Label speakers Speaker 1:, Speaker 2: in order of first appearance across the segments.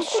Speaker 1: 好不好？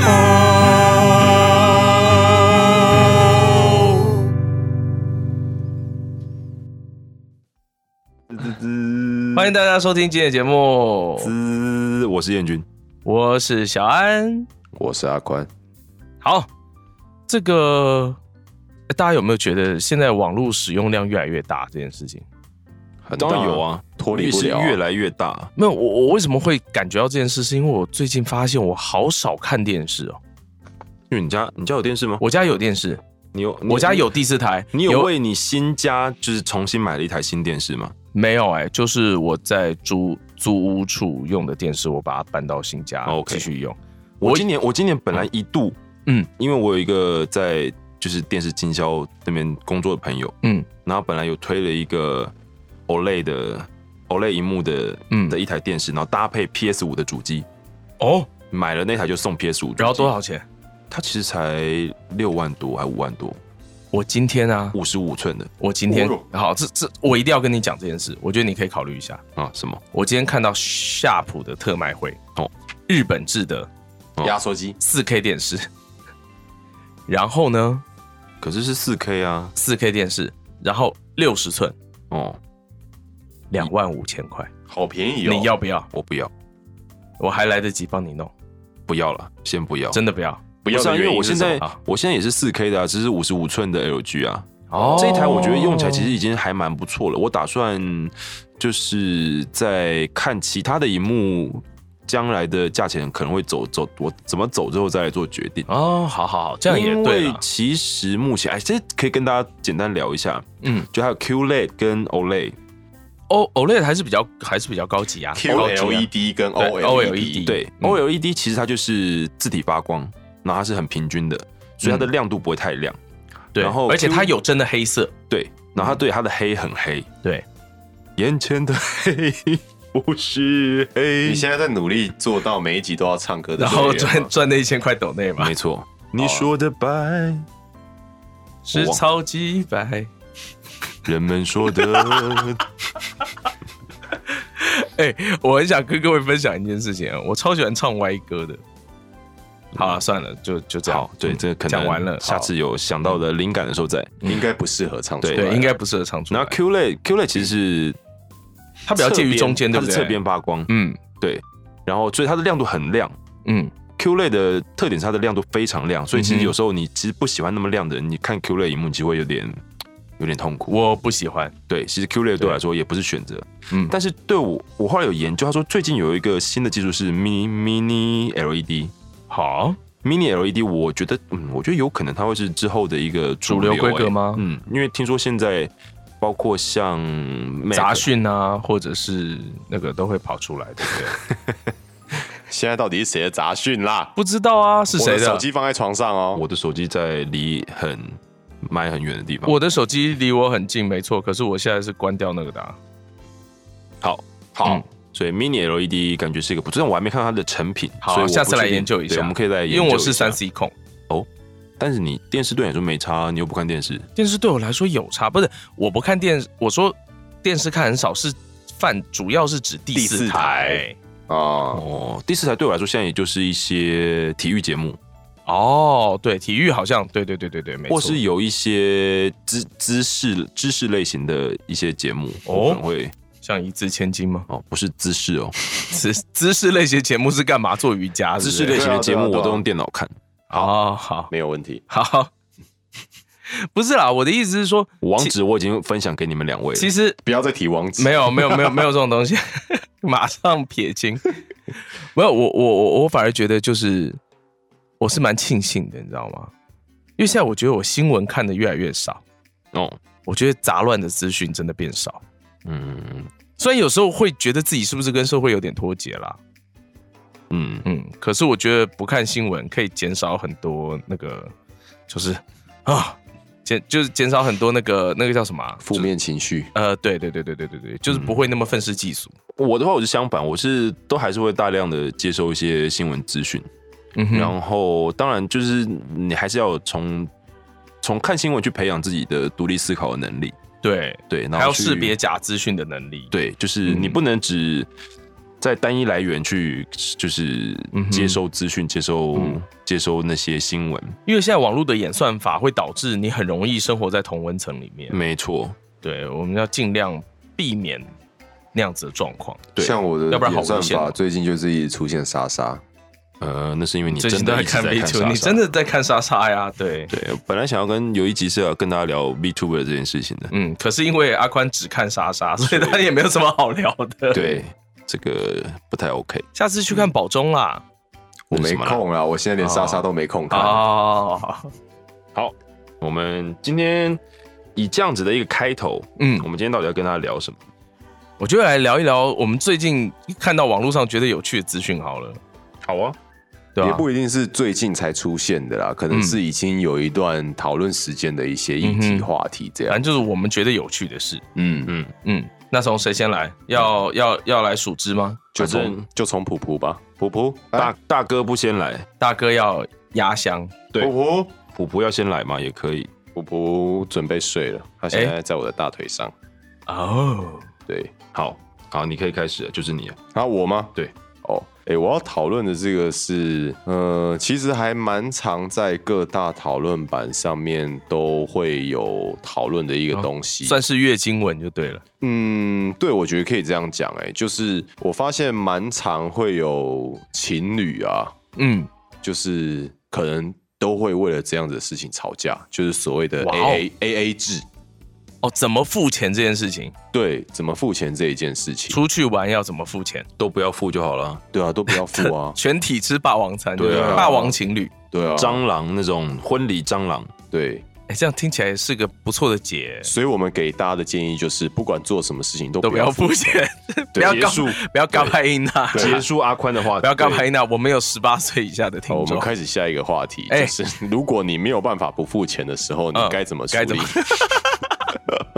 Speaker 2: 好？
Speaker 3: 滋
Speaker 4: 欢迎大家收听今天的节目，
Speaker 3: 滋，我是燕军，
Speaker 4: 我是小安。
Speaker 3: 我是阿宽，
Speaker 4: 好，这个诶大家有没有觉得现在网络使用量越来越大这件事情？
Speaker 3: 很当然有啊，
Speaker 5: 脱
Speaker 3: 越
Speaker 5: 离不
Speaker 3: 是
Speaker 5: 了啊
Speaker 3: 越来越大，
Speaker 4: 没有，我我为什么会感觉到这件事？是因为我最近发现我好少看电视哦。
Speaker 3: 因为你家你家有电视吗？
Speaker 4: 我家有电视，
Speaker 3: 你有
Speaker 4: 我家有，第四台。
Speaker 3: 你你有为你新家就是重新买了一台新电视吗？
Speaker 4: 没有、哎，就是我在租租屋处用的电视，我把它搬到新家
Speaker 3: 哦 OK
Speaker 4: 继续用。
Speaker 3: 我今年我今年本来一度，
Speaker 4: 嗯，
Speaker 3: 因为我有一个在就是电视经销那边工作的朋友，
Speaker 4: 嗯，
Speaker 3: 然后本来有推了一个 OLED 的 OLED 荧幕的，
Speaker 4: 嗯
Speaker 3: 嗯，的一台电视，然后搭配 PS 五的主机，
Speaker 4: 哦，
Speaker 3: 买了那台就送 PS 五，
Speaker 4: 然后多？少钱？
Speaker 3: 它其实才六万多还五万多，
Speaker 4: 我今天啊，
Speaker 3: 五十五寸的
Speaker 4: 我今天
Speaker 5: 侮辱
Speaker 4: 好，这这我一定要跟你讲这件事，我觉得你可以考虑一下。
Speaker 3: 啊，什么？
Speaker 4: 我今天看到夏普的特卖会哦
Speaker 3: 哦，
Speaker 4: 日本制的
Speaker 3: 哦
Speaker 5: 压缩机，
Speaker 4: 四 K 电视，然后呢，
Speaker 3: 可是是四 K 啊，
Speaker 4: 四 K 电视，然后六十寸，
Speaker 3: 哦，
Speaker 4: 两万五千块，
Speaker 5: 好便宜哦！
Speaker 4: 你要不要？
Speaker 3: 我不要，
Speaker 4: 我还来得及帮你弄，
Speaker 3: 不要了，先不要，
Speaker 4: 真的不要
Speaker 3: 不
Speaker 5: 不要
Speaker 3: 是啊，
Speaker 5: 的
Speaker 3: 因为
Speaker 5: 原
Speaker 3: 我
Speaker 5: 因是
Speaker 3: 现
Speaker 5: 什么
Speaker 3: 在
Speaker 4: 啊
Speaker 3: 我现在也是四 K 的啊，只是五十五寸的 LG 啊，
Speaker 4: 哦
Speaker 3: 这一台我觉得用起来其实已经还蛮不错了。我打算就是在看其他的荧幕，将来的价钱可能会走走我怎么走之后再来做决定。
Speaker 4: 哦，好好好，这样也
Speaker 3: 因
Speaker 4: 对
Speaker 3: 为
Speaker 4: 了，
Speaker 3: 其实目前哎，这可以跟大家简单聊一下，
Speaker 4: 嗯，
Speaker 3: 就还有 QLED 跟 E OLED，
Speaker 4: O 哦 OLED 还是比较还是比较高级啊
Speaker 3: E，
Speaker 5: QLED E 跟 E
Speaker 4: 对
Speaker 5: OLED，
Speaker 3: 对、
Speaker 4: 嗯
Speaker 3: OLED 其实它就是字体发光，然后它是很平均的，所以它的
Speaker 4: 嗯
Speaker 3: 亮度不会太亮。
Speaker 4: 对，
Speaker 3: 然后
Speaker 4: 而且
Speaker 3: Q-
Speaker 4: 它有真的黑色，
Speaker 3: 对，然后它对它的黑很黑，
Speaker 4: 对，
Speaker 3: 眼前的黑不是黑
Speaker 5: 你，现在在努力做到每一集都要唱歌的
Speaker 4: 然
Speaker 5: 队员吗，
Speaker 4: 后赚赚那一千块抖内嘛
Speaker 3: 没，错，你说的白，
Speaker 4: 是超级白。
Speaker 3: 人们说的
Speaker 4: 哎、我很想跟各位分享一件事情啊，我超喜欢唱歪歌的。好了、算了，就就这
Speaker 3: 嗯
Speaker 4: 样
Speaker 3: 好，。对，
Speaker 4: 嗯
Speaker 3: 这可能
Speaker 4: 讲完了，嗯
Speaker 3: 下次有想到的灵感的时候再。
Speaker 5: 应该不适合唱出
Speaker 4: 好
Speaker 5: 来。
Speaker 4: 对，应该不适合唱出来。
Speaker 3: 然后 Q 类 Q 类其实是
Speaker 4: 它比较介于中间，
Speaker 3: 侧边
Speaker 4: 对不对？
Speaker 3: 它是侧边发光，
Speaker 4: 嗯
Speaker 3: 对，然后所以它的亮度很亮。
Speaker 4: 嗯，
Speaker 3: Q 类的特点是它的亮度非常亮，所以其
Speaker 4: 嗯哼
Speaker 3: 实有时候你其实不喜欢那么亮的人，你看 Q 类荧幕，你就会有点有点痛苦。
Speaker 4: 我不喜欢。
Speaker 3: 对，其实 Q 类对
Speaker 4: 对
Speaker 3: 我来说也不是选择，
Speaker 4: 嗯
Speaker 3: 但是对我我后来有研究，他说最近有一个新的技术是 mini mini LED。
Speaker 4: 好，
Speaker 3: Mini LED，我觉得，嗯，我觉得有可能它会是之后的一个
Speaker 4: 主流规格
Speaker 3: 欸
Speaker 4: 吗
Speaker 3: 嗯，因为听说现在包括像 Mac,
Speaker 4: 杂讯啊，或者是那个都会跑出来，对不 对？
Speaker 5: 现在到底是谁的杂讯啦？
Speaker 4: 不知道啊，是
Speaker 5: 我
Speaker 4: 谁
Speaker 5: 的
Speaker 4: 的？
Speaker 5: 手机放在床上哦，
Speaker 3: 我的手机在离很麦很远的地方。
Speaker 4: 我的手机离我很近，没错。可是我现在是关掉那个的、啊。
Speaker 3: 好，
Speaker 5: 好
Speaker 4: 嗯
Speaker 3: 所以 Mini LED 感觉是一个不错，但我还没看到它的成品，
Speaker 4: 好
Speaker 3: 所以我不
Speaker 4: 下次来
Speaker 3: 确定
Speaker 4: 研究一下
Speaker 3: 对我们可以来研究一
Speaker 4: 因
Speaker 3: 下。
Speaker 4: 为我是三 C 控，
Speaker 3: 但是你电视对你来说没差，你又不看电视，
Speaker 4: 电视对我来说有差，不是我不看电，我说电视看很少，是泛主要是指第四
Speaker 5: 第四台啊，
Speaker 3: 哦，第四台对我来说现在也就是一些体育节目，
Speaker 4: 哦，对，体育好像对对对对对，没错。
Speaker 3: 或是有一些知知识知识类型的一些节目，
Speaker 4: 哦
Speaker 3: 我可能会
Speaker 4: 像一掷千金吗？
Speaker 3: 哦，不是姿势哦，
Speaker 4: 姿姿势类型节目是干嘛？做瑜伽是
Speaker 3: 姿
Speaker 4: 不
Speaker 3: 势类
Speaker 4: 是
Speaker 3: 型的节目
Speaker 5: 对啊对啊对啊
Speaker 3: 我都用电脑看。
Speaker 4: 哦，好
Speaker 5: 没有问题。
Speaker 4: 好， 不是啦，我的意思是说，
Speaker 3: 网
Speaker 4: 其
Speaker 3: 址我已经分享给你们两位了。
Speaker 4: 其实
Speaker 5: 不要再提网址，
Speaker 4: 没有没有没有没有这种东西， 马上撇清。 没有，我我我我反而觉得就是我是蛮庆幸的，你知道吗？因为现在我觉得我新闻看的越来越少，
Speaker 3: 哦，
Speaker 4: 我觉得杂乱的资讯真的变少。
Speaker 3: 嗯
Speaker 4: 虽然有时候会觉得自己是不是跟社会有点脱节啦，
Speaker 3: 嗯，
Speaker 4: 嗯，可是我觉得不看新闻可以减少很多那个，就是啊，减就是减少很多那个那个叫什么啊、
Speaker 5: 负面嗯情绪，
Speaker 4: 呃，对对对对对对对，就是不会那么愤世嫉俗。
Speaker 3: 我的话我是相反，我是都还是会大量的接收一些新闻资讯，
Speaker 4: 嗯哼，
Speaker 3: 然后当然就是你还是要有从从看新闻去培养自己的独立思考的能力，
Speaker 4: 对，
Speaker 3: 对，然后
Speaker 4: 还要
Speaker 3: 去
Speaker 4: 识别假资讯的能力。
Speaker 3: 对，就是你
Speaker 4: 嗯
Speaker 3: 不能只在单一来源去，就是
Speaker 4: 嗯哼
Speaker 3: 接收资讯、接收、
Speaker 4: 嗯
Speaker 3: 接收那些新闻。
Speaker 4: 因为现在网络的演算法会导致你很容易生活在同温层里面。
Speaker 3: 没错，
Speaker 4: 对，我们要尽量避免那样子的状况。
Speaker 3: 对
Speaker 5: 像我的
Speaker 4: 要不然好
Speaker 5: 演
Speaker 4: 危
Speaker 5: 算
Speaker 4: 险
Speaker 5: 法
Speaker 4: 哦
Speaker 5: 最近就是一直出现莎莎，
Speaker 3: 呃，那是因为你
Speaker 4: 最
Speaker 3: 真
Speaker 4: 近
Speaker 3: 的
Speaker 4: 都
Speaker 3: 一直
Speaker 4: 看
Speaker 3: 在
Speaker 4: B
Speaker 3: 看莎
Speaker 4: two，
Speaker 3: 莎
Speaker 4: 你真的在看莎莎呀？对，
Speaker 3: 对。本来想要跟有一集是要跟大家聊 v t u b e r 这件事情的，
Speaker 4: 嗯，可是因为阿宽只看莎莎，所以他也没有什么好聊的。，
Speaker 3: 对，这个不太 OK。
Speaker 4: 下次去看宝中啦。
Speaker 5: 我
Speaker 3: 那是什么
Speaker 5: 没
Speaker 3: 啦
Speaker 5: 空啦，我现在连莎莎都没
Speaker 3: 嗯
Speaker 5: 空看。
Speaker 4: 哦，
Speaker 3: 我们今天以这样子的一个开头，
Speaker 4: 嗯
Speaker 3: 我，们今天到底要跟大家聊什么？
Speaker 4: 我就来聊一聊我们最近看到网络上觉得有趣的资讯好了，
Speaker 3: 好啊，
Speaker 4: 对吧、
Speaker 5: 也不一定是最近才出现的啦，可能
Speaker 4: 嗯
Speaker 5: 是已经有一段讨论时间的一些议题
Speaker 4: 嗯哼
Speaker 5: 话题这
Speaker 4: 反
Speaker 5: 样
Speaker 4: 正。就是我们觉得有趣的事。
Speaker 5: 嗯，
Speaker 3: 嗯，
Speaker 4: 嗯，那从谁先来？要、要要来数枝吗？
Speaker 5: 就
Speaker 3: 反
Speaker 5: 从
Speaker 3: 正啊
Speaker 5: 就从普普吧，
Speaker 3: 普普大大哥不先来，
Speaker 4: 大哥要压箱。
Speaker 3: 对
Speaker 5: 普
Speaker 3: 普普要先来嘛，也可以。
Speaker 5: 普普普准备睡了，他现在在我的大腿上。
Speaker 4: 哦，
Speaker 5: 对，
Speaker 3: 好，好，你可以开始了，就是你了。
Speaker 5: 啊，我吗？
Speaker 3: 对，
Speaker 5: 哦，诶，我要讨论的这个是，呃，其实还蛮常在各大讨论版上面都会有讨论的一
Speaker 3: 哦
Speaker 5: 个东西。
Speaker 4: 算是月经文就对了。
Speaker 5: 嗯，对，我觉得可以这样讲，诶，就是我发现蛮常会有情侣啊，
Speaker 4: 嗯，
Speaker 5: 就是可能都会为了这样子的事情吵架，就是所谓的
Speaker 4: 哇
Speaker 5: A
Speaker 4: 哦
Speaker 5: A A A 制。
Speaker 4: 哦，怎么付钱这件事情，
Speaker 5: 对，怎么付钱这一件事情，
Speaker 4: 出去玩要怎么付钱？，
Speaker 3: 都不要付就好了。
Speaker 5: 对啊，都不要付啊
Speaker 4: 全体吃霸王餐，
Speaker 3: 对啊
Speaker 4: 不霸王情侣。
Speaker 5: 对啊，
Speaker 3: 蟑螂那种婚礼蟑螂，
Speaker 5: 对，
Speaker 4: 哎，这样听起来是个不错的解，
Speaker 5: 所以我们给大家的建议就是，不管做什么事情都
Speaker 4: 都
Speaker 5: 不
Speaker 4: 不
Speaker 5: 要
Speaker 4: 要
Speaker 5: 付
Speaker 4: 付钱，不要
Speaker 3: 结
Speaker 4: 告
Speaker 3: 束
Speaker 4: 不要告拍音呐，
Speaker 3: 结束阿宽的话，
Speaker 4: 不要告
Speaker 3: 对
Speaker 4: 拍音呐，我们有十八岁以下的听
Speaker 5: 好，我们
Speaker 4: 众。
Speaker 5: 开始下一个话题，
Speaker 4: 哎
Speaker 5: 就是如果你没有办法不付钱的时候，你
Speaker 4: 嗯
Speaker 5: 该怎么处
Speaker 4: 该怎
Speaker 5: 理
Speaker 4: 么？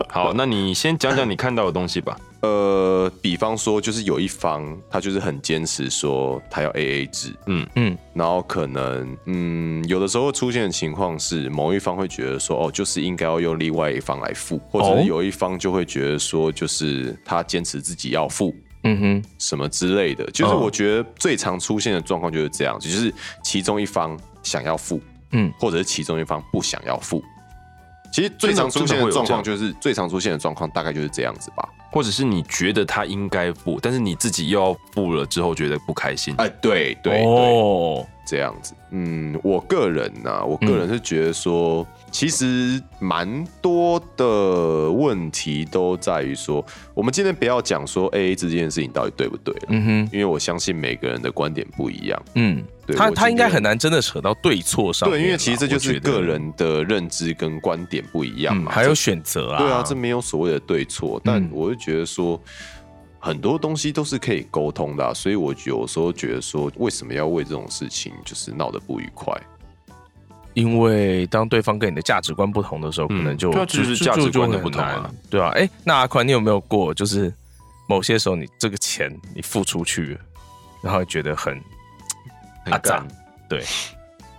Speaker 3: 好，那你先讲讲你看到的东西吧。
Speaker 5: 呃，比方说，就是有一方他就是很坚持说他要 A A 制，
Speaker 3: 嗯
Speaker 4: 嗯，
Speaker 5: 然后可能嗯，有的时候出现的情况是某一方会觉得说，哦，就是应该要用另外一方来付，或者
Speaker 4: 哦
Speaker 5: 是有一方就会觉得说，就是他坚持自己要付，
Speaker 4: 嗯哼，
Speaker 5: 什么之类的。就是
Speaker 4: 嗯
Speaker 5: 我觉得最常出现的状况就是这样子，就是其中一方想要付，
Speaker 4: 嗯，
Speaker 5: 或者是其中一方不想要付。其实
Speaker 3: 真
Speaker 5: 最
Speaker 3: 的
Speaker 5: 常出
Speaker 3: 真的
Speaker 5: 现
Speaker 3: 会
Speaker 5: 的
Speaker 3: 有
Speaker 5: 状况
Speaker 3: 这
Speaker 5: 就是最常出现的状况大概就是这样子吧。
Speaker 3: 或者是你觉得他应该付，但是你自己又要付了之后觉得不开心。
Speaker 5: 哎，对对对，
Speaker 4: 哦，
Speaker 5: 这样子。嗯，我个人呢、我个
Speaker 4: 嗯
Speaker 5: 人是觉得说，其实蛮多的问题都在于说，我们今天不要讲说 A A 制这件事情到底对不对了，
Speaker 4: 嗯哼，
Speaker 5: 因为我相信每个人的观点不一样。
Speaker 4: 嗯，
Speaker 5: 对
Speaker 4: 他
Speaker 5: 我
Speaker 4: 他
Speaker 5: 今
Speaker 4: 应该
Speaker 5: 天
Speaker 4: 很难真的扯到对错上面
Speaker 5: 对，
Speaker 4: 啦。
Speaker 5: 因为其实这就
Speaker 4: 我
Speaker 5: 是
Speaker 4: 觉得
Speaker 5: 个，人的认知跟观点不一样
Speaker 4: 嗯，
Speaker 5: 嘛。
Speaker 4: 还有
Speaker 5: 这
Speaker 4: 选择啊。
Speaker 5: 对啊，这没有所谓的对错，但
Speaker 4: 嗯
Speaker 5: 我就觉得说。很多东西都是可以沟通的啊、所以我有时候觉得说，为什么要为这种事情就是闹得不愉快？
Speaker 4: 因为当对方跟你的价值观不同的时候，可
Speaker 3: 嗯
Speaker 4: 能就
Speaker 3: 对啊就是价值观的不同啊，
Speaker 4: 就就就很难对啊，哎，那阿宽，你有没有过就是某些时候你这个钱你付出去了，然后觉得很
Speaker 3: 很干
Speaker 4: 啊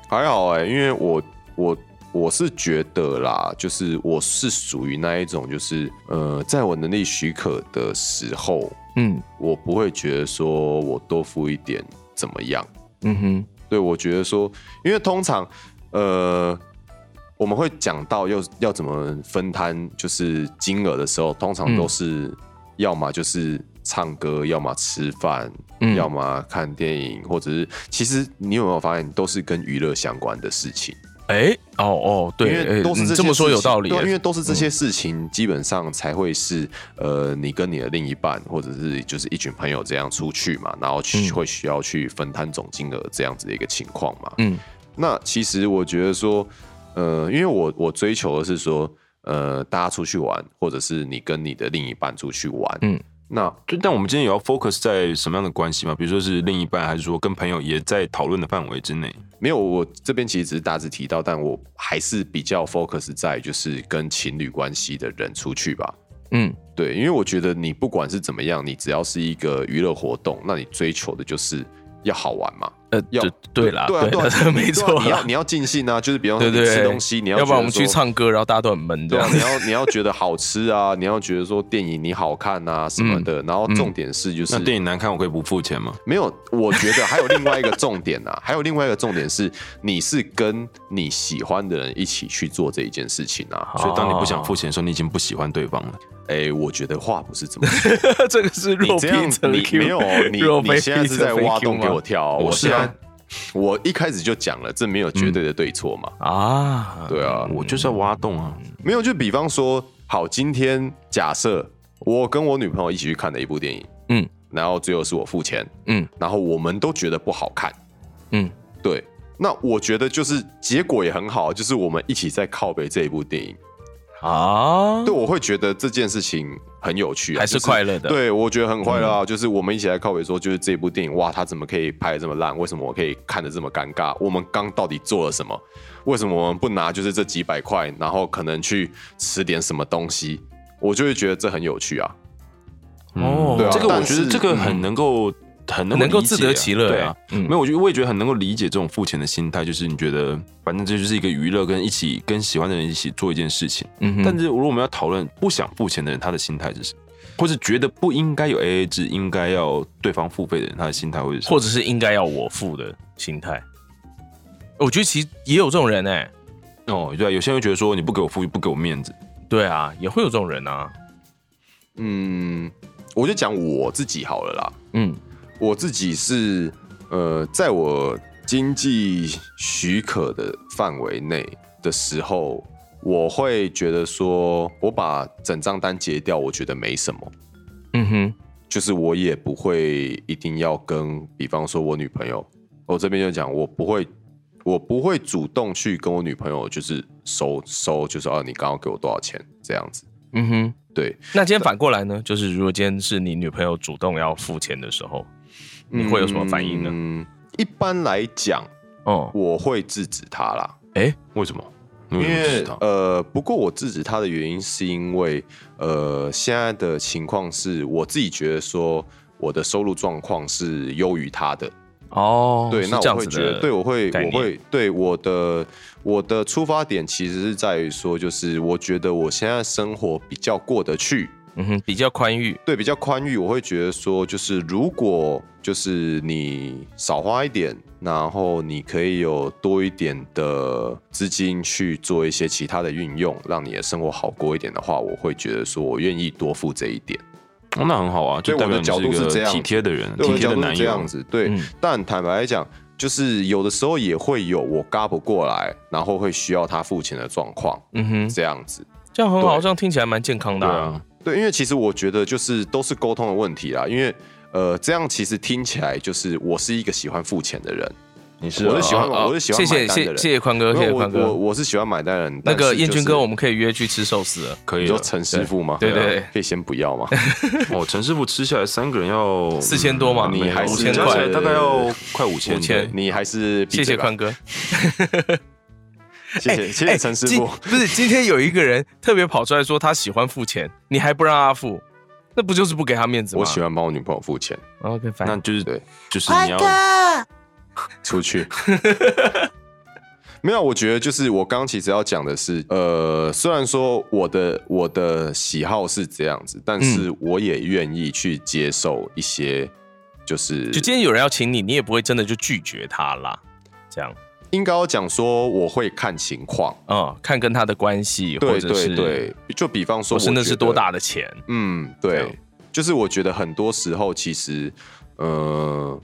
Speaker 5: 还好哎、因为我我我是觉得啦，就是我是属于那一种，就是呃，在我能力许可的时候，
Speaker 4: 嗯
Speaker 5: 我不会觉得说我多付一点怎么样。
Speaker 4: 嗯哼
Speaker 5: 对，我觉得说，因为通常，呃，我们会讲到要要怎么分摊，就是金额的时候，通常都
Speaker 4: 嗯
Speaker 5: 是要么就是唱歌，要么吃饭，
Speaker 4: 嗯
Speaker 5: 要么看电影，或者是其实你有没有发现，都是跟娱乐相关的事情？
Speaker 4: 哎哦哦
Speaker 5: 因
Speaker 4: 对，
Speaker 5: 为
Speaker 4: 哎
Speaker 5: 都是
Speaker 4: 你
Speaker 5: 这
Speaker 4: 这
Speaker 5: 些
Speaker 4: 么说
Speaker 5: 事
Speaker 4: 有
Speaker 5: 情
Speaker 4: 道理
Speaker 5: 对啊，因
Speaker 4: 耶，嗯
Speaker 5: 为都是这些事情，基本上才会是呃，你跟你的另一半或者是就是一群朋友这样出去嘛，然后去
Speaker 4: 嗯
Speaker 5: 会需要去分摊总金额这样子的一个情况嘛。
Speaker 4: 嗯
Speaker 5: 那其实我觉得说，呃，因为我我追求的是说，呃，大家出去玩，或者是你跟你的另一半出去玩，
Speaker 4: 嗯，
Speaker 5: 那
Speaker 3: 就但我们今天也要 focus 在什么样的关系嘛？比如说是另一半，还是说跟朋友也在讨论的范围之内？
Speaker 5: 没有，我这边其实只是大致提到，但我还是比较 focus 在就是跟情侣关系的人出去吧。
Speaker 4: 嗯，
Speaker 5: 对，因为我觉得你不管是怎么样，你只要是一个娱乐活动，那你追求的就是要好玩嘛。
Speaker 4: 呃，
Speaker 5: 要
Speaker 4: 对对啦，
Speaker 5: 对啊， 对啊，
Speaker 4: 啦，没
Speaker 5: 对啊
Speaker 4: 错啦，
Speaker 5: 你要你要尽兴啊，就是比方说
Speaker 4: 对
Speaker 5: 你
Speaker 4: 对
Speaker 5: 吃东西，你
Speaker 4: 要
Speaker 5: 要
Speaker 4: 不然我们
Speaker 5: 觉得
Speaker 4: 去
Speaker 5: 说
Speaker 4: 唱歌，然后大家都很闷这
Speaker 5: 对
Speaker 4: 样
Speaker 5: 啊，。你要你要觉得好吃啊，你要觉得说电影你好看啊什
Speaker 4: 嗯
Speaker 5: 么的，然后重点是就是、
Speaker 3: 那电影难看，我可以不付钱吗？
Speaker 5: 没有，我觉得还有另外一个重点啊，还有另外一个重点是你是跟你喜欢的人一起去做这一件事情啊。
Speaker 3: 所以当你不
Speaker 4: 哦
Speaker 3: 想付钱的时候，你已经不喜欢对方了。
Speaker 5: 哎，我觉得话不是这么说，
Speaker 4: 这个 是
Speaker 5: 你
Speaker 4: 若
Speaker 5: 这样
Speaker 4: 非
Speaker 5: 子
Speaker 4: 则
Speaker 5: 你
Speaker 4: Q，
Speaker 5: 没有 你
Speaker 4: 若非
Speaker 5: 你现在是在
Speaker 4: 则非
Speaker 5: 挖
Speaker 4: Q
Speaker 5: 洞给
Speaker 4: 吗
Speaker 5: 我跳哦、
Speaker 3: 我
Speaker 5: 我
Speaker 3: 是
Speaker 5: 现
Speaker 3: 啊
Speaker 5: 在 我一开始就讲了，这没有绝对的对错嘛。
Speaker 4: 啊！
Speaker 5: 对啊，
Speaker 3: 我就是要挖洞啊！
Speaker 5: 没有，就比方说，好，今天假设我跟我女朋友一起去看的一部电影，
Speaker 4: 嗯，
Speaker 5: 然后最后是我付钱，
Speaker 4: 嗯
Speaker 5: 然后我们都觉得不好看，
Speaker 4: 嗯，
Speaker 5: 对。那我觉得就是结果也很好，就是我们一起在靠北这一部电影，
Speaker 4: 啊，
Speaker 5: 对我会觉得这件事情很有趣、啊，
Speaker 4: 还是
Speaker 5: 就是
Speaker 4: 快乐的。
Speaker 5: 对，我觉得很快乐啊！就是我们一起来靠北说，就是这部电影，哇，它怎么可以拍的这么烂？为什么我可以看的这么尴尬？我们刚到底做了什么？为什么我们不拿就是这几百块，然后可能去吃点什么东西？我就会觉得这很有趣啊！
Speaker 4: 哦
Speaker 5: 对啊
Speaker 3: 这个我觉
Speaker 5: 但
Speaker 3: 得
Speaker 5: 是
Speaker 3: 这个很能够、很嗯能
Speaker 4: 能够
Speaker 3: 理解啊
Speaker 4: 自得其乐
Speaker 3: 对啊
Speaker 4: 哎。嗯
Speaker 3: 没有，我觉得我也觉得很能够理解这种付钱的心态，就是你觉得反正这就是一个娱乐，跟一起跟喜欢的人一起做一件事情。
Speaker 4: 嗯哼
Speaker 3: 但是如果我们要讨论不想付钱的人，他的心态是什么？或是觉得不应该有 AA 制，应该要对方付费的人，他的心态会是什么？
Speaker 4: 或者是应该要我付的心态。我觉得其实也有这种人哎、
Speaker 3: 哦，对啊，有些人会觉得说你不给我付，不给我面子，
Speaker 4: 对啊，也会有这种人啊。
Speaker 5: 嗯，我就讲我自己好了啦。
Speaker 4: 嗯
Speaker 5: 我自己是呃，在我经济许可的范围内的时候，我会觉得说，我把整张单结掉，我觉得没什么。
Speaker 4: 嗯哼，
Speaker 5: 就是我也不会一定要跟，比方说我女朋友，我这边就讲，我不会，我不会主动去跟我女朋友就是收收，就是啊，你刚刚给我多少钱这样子，
Speaker 4: 嗯哼。
Speaker 5: 对，
Speaker 4: 那今天反过来呢？就是如果今天是你女朋友主动要付钱的时候，你会有什么反应呢？
Speaker 5: 嗯，一般来讲，
Speaker 4: 哦，
Speaker 5: 我会制止她啦，
Speaker 3: 为什么？
Speaker 5: 因
Speaker 3: 因
Speaker 5: 为呃，不过我制止她的原因是因为呃，现在的情况是我自己觉得说我的收入状况是优于她的，
Speaker 4: 哦，
Speaker 5: 对，
Speaker 4: 是
Speaker 5: 那
Speaker 4: 这
Speaker 5: 我
Speaker 4: 样
Speaker 5: 会
Speaker 4: 子
Speaker 5: 觉
Speaker 4: 的，
Speaker 5: 得，对，我会，
Speaker 4: 概
Speaker 5: 我
Speaker 4: 念
Speaker 5: 会，对我的我的出发点其实是在于说，就是我觉得我现在生活比较过得去，
Speaker 4: 嗯哼，比较宽裕，
Speaker 5: 对，比较宽裕。我会觉得说，就是如果就是你少花一点，然后你可以有多一点的资金去做一些其他的运用，让你的生活好过一点的话，我会觉得说我愿意多付这一点。
Speaker 3: 哦那很好啊，就
Speaker 5: 对
Speaker 3: 代表
Speaker 5: 我的
Speaker 3: 你
Speaker 5: 角度
Speaker 3: 一
Speaker 5: 是
Speaker 3: 个
Speaker 5: 这样
Speaker 3: 体贴的人，
Speaker 5: 对我
Speaker 3: 体
Speaker 5: 的
Speaker 3: 贴
Speaker 5: 角
Speaker 3: 的
Speaker 5: 度
Speaker 3: 男
Speaker 5: 是这
Speaker 3: 友
Speaker 5: 样。子，对。
Speaker 4: 嗯
Speaker 5: 但坦白来讲，就是有的时候也会有我嘎不过来，然后会需要他付钱的状况，
Speaker 4: 嗯哼，
Speaker 5: 这样子。
Speaker 4: 这样很好，
Speaker 5: 对
Speaker 4: 这样听起来蛮健康的、
Speaker 3: 对啊，
Speaker 5: 对，因为其实我觉得就是都是沟通的问题啦，因为。呃，这样其实听起来就是我是一个喜欢付钱的人，
Speaker 3: 你是
Speaker 5: 我是
Speaker 3: 啊
Speaker 5: 喜欢
Speaker 4: 好
Speaker 5: 我是喜欢
Speaker 4: 哦谢谢
Speaker 5: 买单
Speaker 4: 谢
Speaker 5: 的人，
Speaker 4: 谢谢宽哥，谢谢
Speaker 5: 没有我
Speaker 4: 宽
Speaker 5: 我
Speaker 4: 哥。
Speaker 5: 我是喜欢买单的人。
Speaker 4: 那个
Speaker 5: 但是
Speaker 4: 燕
Speaker 5: 就是
Speaker 4: 君哥，我们可以约去吃寿司了。
Speaker 3: 可
Speaker 5: 你
Speaker 3: 以
Speaker 5: 说
Speaker 3: 了。
Speaker 5: 陈师傅吗？
Speaker 4: 对对对
Speaker 5: 啊可以先不要 吗？
Speaker 3: 哦，陈师傅吃下来三个人要
Speaker 4: 四千多嘛
Speaker 3: 嗯
Speaker 5: 你
Speaker 3: 没有
Speaker 5: 还
Speaker 4: 是
Speaker 3: 五千加起来大概要快五千。
Speaker 4: 五千
Speaker 5: 你还是闭
Speaker 4: 谢谢
Speaker 5: 嘴吧
Speaker 4: 宽，哥，
Speaker 5: 谢谢谢谢陈师
Speaker 4: 哎今
Speaker 5: 傅。
Speaker 4: 不是今天有一个人特别跑出来说他喜欢付钱，你还不让他付，那不就是不给他面子吗？
Speaker 5: 我喜欢帮我女朋友付钱，
Speaker 4: OK，反
Speaker 3: 那就是
Speaker 5: 对
Speaker 3: 就是你要
Speaker 5: 出去。 没有，我觉得就是我刚刚其实要讲的是，呃，虽然说我的我的喜好是这样子，但是
Speaker 4: 嗯
Speaker 5: 我也愿意去接受一些，就是
Speaker 4: 就今天有人要请你，你也不会真的就拒绝他啦。这样，
Speaker 5: 应该要讲说我会看情况，
Speaker 4: 嗯，看跟他的关系，或
Speaker 5: 对
Speaker 4: 者
Speaker 5: 对
Speaker 4: 是，
Speaker 5: 对，就比方说
Speaker 4: 或
Speaker 5: 我
Speaker 4: 是那
Speaker 5: 觉
Speaker 4: 是
Speaker 5: 得
Speaker 4: 多，大的 钱，
Speaker 5: 嗯，
Speaker 4: 这
Speaker 5: 对
Speaker 4: 样，
Speaker 5: 就是我觉得很多时候其实，呃。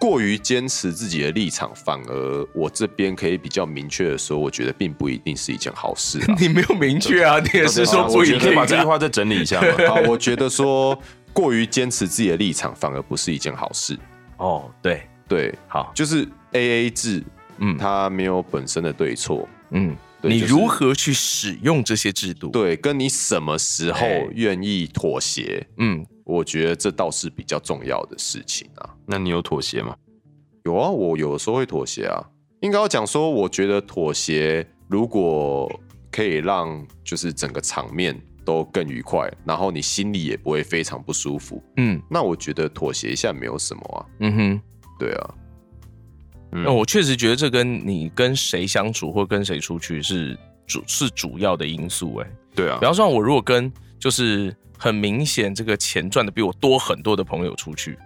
Speaker 5: 过于坚持自己的立场，反而我这边可以比较明确的说，我觉得并不一定是一件好事啊。
Speaker 4: 你没有明确啊，你也是说
Speaker 5: 好
Speaker 4: 不
Speaker 3: 我
Speaker 4: 一
Speaker 3: 觉得可以
Speaker 4: 定
Speaker 3: 把这句
Speaker 4: 啊。
Speaker 3: 话再整理一下 吗？
Speaker 5: 啊，我觉得说过于坚持自己的立场，反而不是一件好事。
Speaker 4: 哦，对，
Speaker 5: 对，
Speaker 4: 好，
Speaker 5: 就是 A A 制，
Speaker 4: 嗯
Speaker 5: 它没有本身的对错，
Speaker 4: 嗯，
Speaker 5: 对
Speaker 4: 你
Speaker 5: 就是
Speaker 4: 如何去使用这些制度？，
Speaker 5: 对，跟你什么时候
Speaker 4: 哎
Speaker 5: 愿意妥协，
Speaker 4: 嗯，
Speaker 5: 我觉得这倒是比较重要的事情啊。
Speaker 3: 那你有妥协吗？
Speaker 5: 有啊，我有的时候会妥协啊。应该要讲说，我觉得妥协如果可以让就是整个场面都更愉快，然后你心里也不会非常不舒服，
Speaker 4: 嗯
Speaker 5: 那我觉得妥协一下没有什么啊。
Speaker 4: 嗯哼。
Speaker 5: 对啊，
Speaker 3: 嗯
Speaker 4: 那哦我确实觉得这跟你跟谁相处或跟谁出去是主是主要的因素、欸。哎，
Speaker 3: 对啊
Speaker 4: 比，方说，我如果跟就是很明显这个钱赚的比我多很多的朋友出去，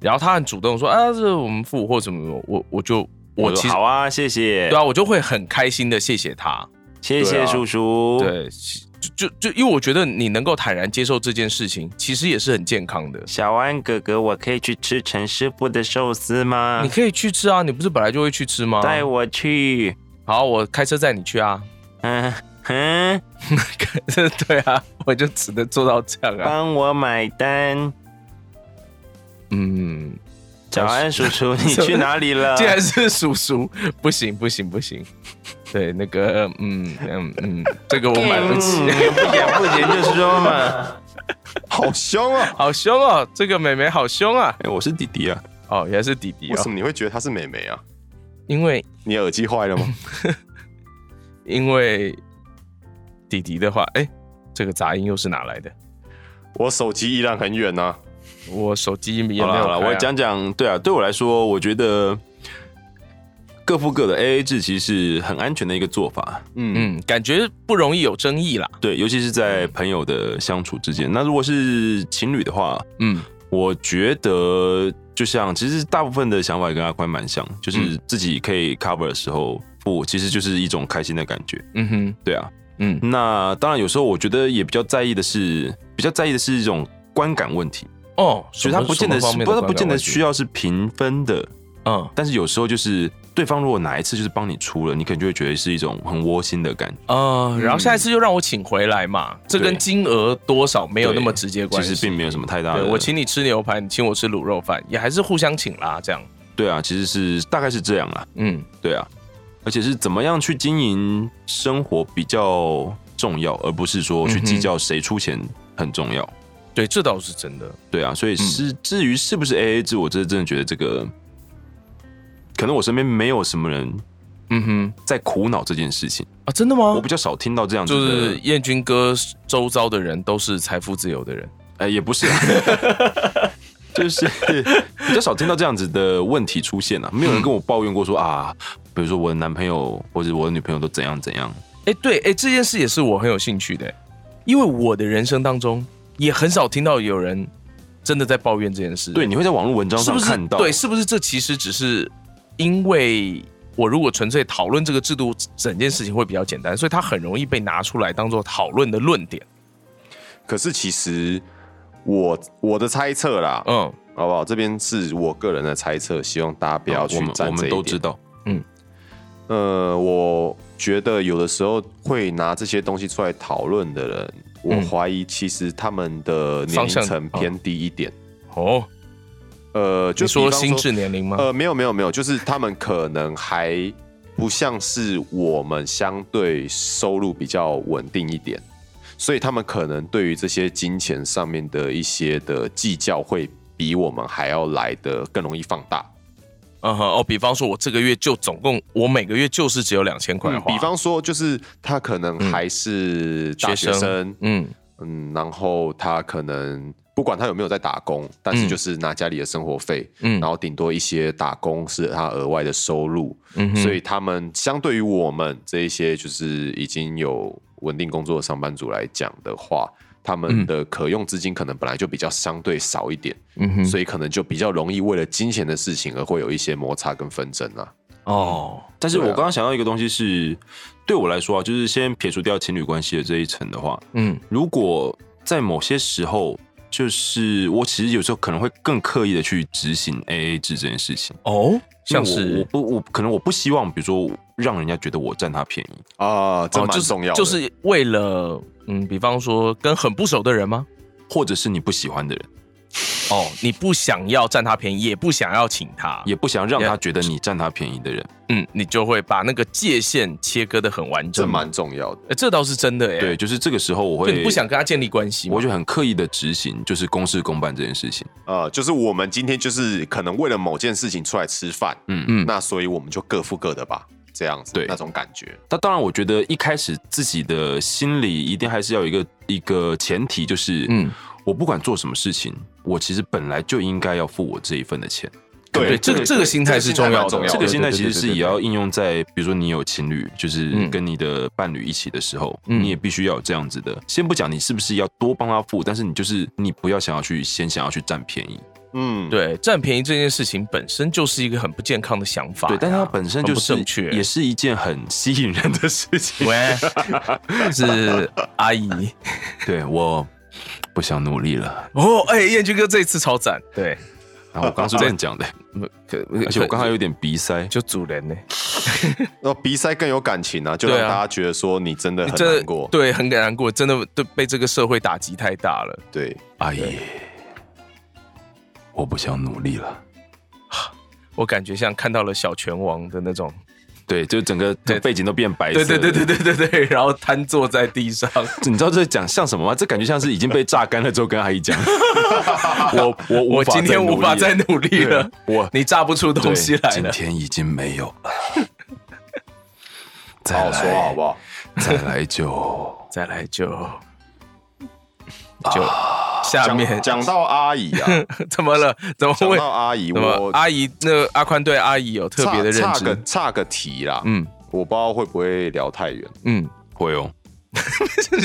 Speaker 4: 然后他很主动说啊，这我们付或什么，我我就我
Speaker 3: 说
Speaker 4: 其实
Speaker 3: 好啊，谢谢，
Speaker 4: 对啊，我就会很开心的谢谢他。
Speaker 3: 谢
Speaker 5: 对
Speaker 3: 谢
Speaker 5: 啊
Speaker 3: 叔叔，，
Speaker 4: 对，其就就就因为我觉得你能够坦然接受这件事情，其实也是很健康的。
Speaker 3: 小安哥哥，我可以去吃陈师傅的寿司吗
Speaker 4: 你？可以去吃啊，你不是本来就会去吃吗？
Speaker 3: 带我去，
Speaker 4: 好，我开车载你去啊。
Speaker 3: 嗯嗯，
Speaker 4: 对啊，我就只能做到这样啊。
Speaker 3: 帮我买单。
Speaker 4: 嗯，
Speaker 3: 小安叔叔，你去哪里 了？
Speaker 4: 既然是叔叔，不行不行不行。对，那个，嗯嗯嗯，这个我买不起。
Speaker 3: 嗯不行不行，就说嘛。
Speaker 5: 好凶 啊！
Speaker 4: 好凶哦，这个妹妹好凶啊！
Speaker 3: 哎，我是弟弟啊，
Speaker 4: 哦，原来是弟弟
Speaker 5: 为什
Speaker 4: 哦，
Speaker 5: 么你会觉得她是美眉啊？
Speaker 4: 因为
Speaker 5: 你耳机坏了 吗？
Speaker 4: 因为弟弟的话，哎，这个杂音又是哪来的？
Speaker 5: 我手机依然很远啊。
Speaker 4: 我手机也没有
Speaker 3: 好了好了，
Speaker 4: 开啊
Speaker 3: 我讲讲，对啊，对我来说，我觉得各付各的 AA 制其实是很安全的一个做法。
Speaker 5: 嗯，
Speaker 4: 嗯，感觉不容易有争议啦。
Speaker 3: 对，尤其是在朋友的相处之间。那如果是情侣的话，
Speaker 4: 嗯
Speaker 3: 我觉得就像其实大部分的想法跟阿宽蛮像，就是自己可以 cover 的时候付，其实就是一种开心的感觉。
Speaker 4: 嗯哼
Speaker 3: 对啊，
Speaker 4: 嗯
Speaker 3: 那当然有时候我觉得也比较在意的是，比较在意的是一种观感问题，
Speaker 4: 哦，
Speaker 3: 所以他不见得
Speaker 4: 什么方
Speaker 3: 是，
Speaker 4: 面
Speaker 3: 不
Speaker 4: 的
Speaker 3: 他不见得需
Speaker 4: 要
Speaker 3: 要是平分的，
Speaker 4: 嗯
Speaker 3: 但是有时候就是对方如果哪一次就是帮你出了，你可能就会觉得是一种很窝心的感觉。
Speaker 4: 呃，然后下一次就让我请回来嘛，这跟
Speaker 3: 对
Speaker 4: 金额多少没有那么
Speaker 3: 对
Speaker 4: 直接
Speaker 3: 其
Speaker 4: 关系。
Speaker 3: 实并没有什么太大
Speaker 4: 对
Speaker 3: 的，
Speaker 4: 我请你吃牛排，你请我吃卤肉饭，也还是互相请啦，这样。
Speaker 3: 对啊，其实是大概是这样啦。
Speaker 4: 嗯
Speaker 3: 对啊，而且是怎么样去经营生活比较重要，而不是说去计较谁出钱很重要。
Speaker 4: 对，这倒是真的。
Speaker 3: 对啊，所以是、
Speaker 4: 嗯
Speaker 3: 至于是不是 AA 制，我真的真的觉得这个，可能我身边没有什么人
Speaker 4: 嗯
Speaker 3: 在苦恼这件事情，
Speaker 4: 哼，啊，真的吗？
Speaker 3: 我比较少听到这样子
Speaker 4: 就
Speaker 3: 的，
Speaker 4: 是燕军哥周遭的人都是财富自由的人。
Speaker 3: 哎、也不是啊。 就是比较少听到这样子的问题出现啊，没有人跟我抱怨过说啊，比如说我的男朋友或者我的女朋友都怎样怎样，
Speaker 4: 哎、对，哎、这件事也是我很有兴趣的，因为我的人生当中也很少听到有人真的在抱怨这件事。
Speaker 3: 对，，你会在网络文章
Speaker 4: 是
Speaker 3: 上
Speaker 4: 不是
Speaker 3: 看到，
Speaker 4: 对，是不是这其实只是因为我如果纯粹讨论这个制度，整件事情会比较简单，所以它很容易被拿出来当做讨论的论点。
Speaker 5: 可是其实我我的猜测啦，
Speaker 4: 嗯，
Speaker 5: 好不好？这边是我个人的猜测，希望大家不
Speaker 3: 不
Speaker 4: 哦
Speaker 5: 要去
Speaker 3: 我们我
Speaker 5: 站这
Speaker 3: 们
Speaker 5: 一
Speaker 3: 都
Speaker 5: 点。
Speaker 3: 知道，
Speaker 5: 呃，我觉得有的时候会拿这些东西出来讨论的人，我
Speaker 4: 嗯
Speaker 5: 怀疑其实他们的年
Speaker 4: 方
Speaker 5: 龄
Speaker 4: 向
Speaker 5: 层偏低一点。
Speaker 4: 哦，
Speaker 5: 呃，就
Speaker 4: 你
Speaker 5: 比
Speaker 4: 说
Speaker 5: 方
Speaker 4: 心智年龄吗？
Speaker 5: 呃，没有没有没有，就是他们可能还不像是我们相对收入比较稳定一点，所以他们可能对于这些金钱上面的一些的计较，会比我们还要来的更容易放大。
Speaker 4: 嗯哼，哦，比方说，我这个月就总共，我每个月就是只有两千块
Speaker 5: 嗯
Speaker 4: 花、嗯
Speaker 5: 比，方说，就是他可能还是大学
Speaker 4: 学
Speaker 5: 生，
Speaker 4: 嗯，
Speaker 5: 嗯，然后他可能不管他有没有在打工，但是
Speaker 4: 嗯
Speaker 5: 就是拿家里的生活费，
Speaker 4: 嗯
Speaker 5: 然后顶多一些打工是他额外的收入，
Speaker 4: 嗯哼
Speaker 5: 所以他们相对于我们这一些就是已经有稳定工作的上班族来讲的话，他们的可用资金可能本来就比较相对少一点，
Speaker 4: 嗯哼，
Speaker 5: 所以可能就比较容易为了金钱的事情而会有一些摩擦跟纷争啊。
Speaker 4: 哦，
Speaker 3: 但是我
Speaker 5: 对啊
Speaker 3: 刚刚想到一个东西是，对我来说啊，就是先撇除掉情侣关系的这一层的话，
Speaker 4: 嗯
Speaker 3: 如果在某些时候，就是我其实有时候可能会更刻意的去执行 AA 制这件事情，
Speaker 4: 哦，像
Speaker 3: 因为我我
Speaker 4: 是
Speaker 3: 不我可能我不希望，比如说让人家觉得我占他便宜，
Speaker 5: 啊，这
Speaker 4: 哦
Speaker 5: 蛮
Speaker 4: 就是
Speaker 5: 重要的，
Speaker 4: 就是为了嗯，比方说跟很不熟的人吗？
Speaker 3: 或者是你不喜欢的人，
Speaker 4: 哦，你不想要占他便宜，也不想要请他，
Speaker 3: 也不想让他觉得你占他便宜的人。
Speaker 4: 嗯，你就会把那个界限切割的很完
Speaker 5: 这
Speaker 4: 整。
Speaker 5: 蛮重要的。
Speaker 4: 诶这倒是真的哎、
Speaker 3: 对，，就是这个时候我
Speaker 4: 就
Speaker 3: 会
Speaker 4: 你不想，跟他建立关系嘛，
Speaker 3: 我就很刻意的执行，就是公事公办这件事情。
Speaker 5: 呃，就是我们今天就是可能为了某件事情出来吃饭，
Speaker 3: 嗯
Speaker 4: 嗯
Speaker 5: 那所以我们就各付各的吧，这样子，
Speaker 3: 对
Speaker 5: 那种感觉，
Speaker 3: 那当然，我觉得一开始自己的心里一定还是要有一个一个前提，就是
Speaker 4: 嗯
Speaker 3: 嗯，我不管做什么事情，我其实本来就应该要付我这一份的钱。
Speaker 4: 对，这个这个心态是重要
Speaker 5: 这个
Speaker 4: 的，
Speaker 5: 心态蛮重要的
Speaker 3: 这个心态其实
Speaker 4: 对
Speaker 3: 是
Speaker 4: 对对对对
Speaker 3: 也要应用在，比如说你有情侣，就是
Speaker 4: 嗯
Speaker 3: 跟你的伴侣一起的时候，
Speaker 4: 嗯
Speaker 3: 你也必须要有这样子的。先不讲你是不是要多帮他付，但是你就是你不要想要去先想要去占便宜，
Speaker 5: 嗯，
Speaker 4: 对占便宜这件事情本身就是一个很不健康的想法呀，
Speaker 3: 对，但是它本身
Speaker 4: 很
Speaker 3: 就
Speaker 4: 不
Speaker 3: 是
Speaker 4: 正确，
Speaker 3: 也是一件很吸引人的 事情。
Speaker 4: 喂， 是阿姨
Speaker 3: 对我不想努力 了，
Speaker 4: 哦，哎、燕君哥这一次超赞，对，
Speaker 3: 然后我刚是这样讲的，
Speaker 4: 可
Speaker 3: 而且我刚才有点鼻塞。
Speaker 4: 就主人呢、
Speaker 5: 那比赛更有感情啊，就让
Speaker 4: 对啊
Speaker 5: 大家觉得说你真的
Speaker 4: 你
Speaker 5: 很
Speaker 4: 真的
Speaker 5: 难过，
Speaker 4: 对，很难过，真的对被这个社会打击太大了。
Speaker 5: 对，
Speaker 3: 阿姨，哎我不想努力了。
Speaker 4: 我感觉像看到了小拳王的那种，
Speaker 3: 对，就整个整
Speaker 4: 对
Speaker 3: 个背景都变白色
Speaker 4: 对
Speaker 3: 了。
Speaker 4: 对对对对对对，然后瘫坐在地上，
Speaker 3: 你知道这讲像什么吗？这感觉像是已经被榨干了之后跟阿姨讲， 我 我
Speaker 4: 我
Speaker 3: 无法
Speaker 4: 今天无法再努力
Speaker 3: 对
Speaker 4: 了，
Speaker 3: 我
Speaker 4: 你榨不出
Speaker 3: 对
Speaker 4: 东西来
Speaker 3: 今
Speaker 4: 了。
Speaker 3: 天已经没有 了。
Speaker 5: 好
Speaker 3: 再
Speaker 5: 好说好不
Speaker 3: 来，
Speaker 5: 好？
Speaker 3: 再来就啊
Speaker 4: 再来就就下面
Speaker 5: 讲讲到阿姨啊，
Speaker 4: 怎么了？怎么
Speaker 5: 讲
Speaker 4: 会？
Speaker 5: 到阿姨，
Speaker 4: 怎么
Speaker 5: 我
Speaker 4: 阿姨那个阿宽对阿姨有特别的认
Speaker 5: 差差个
Speaker 4: 知？
Speaker 5: 差个题啦，
Speaker 4: 嗯
Speaker 5: 我不知道会不会聊太 远，
Speaker 4: 嗯，
Speaker 3: 会哦。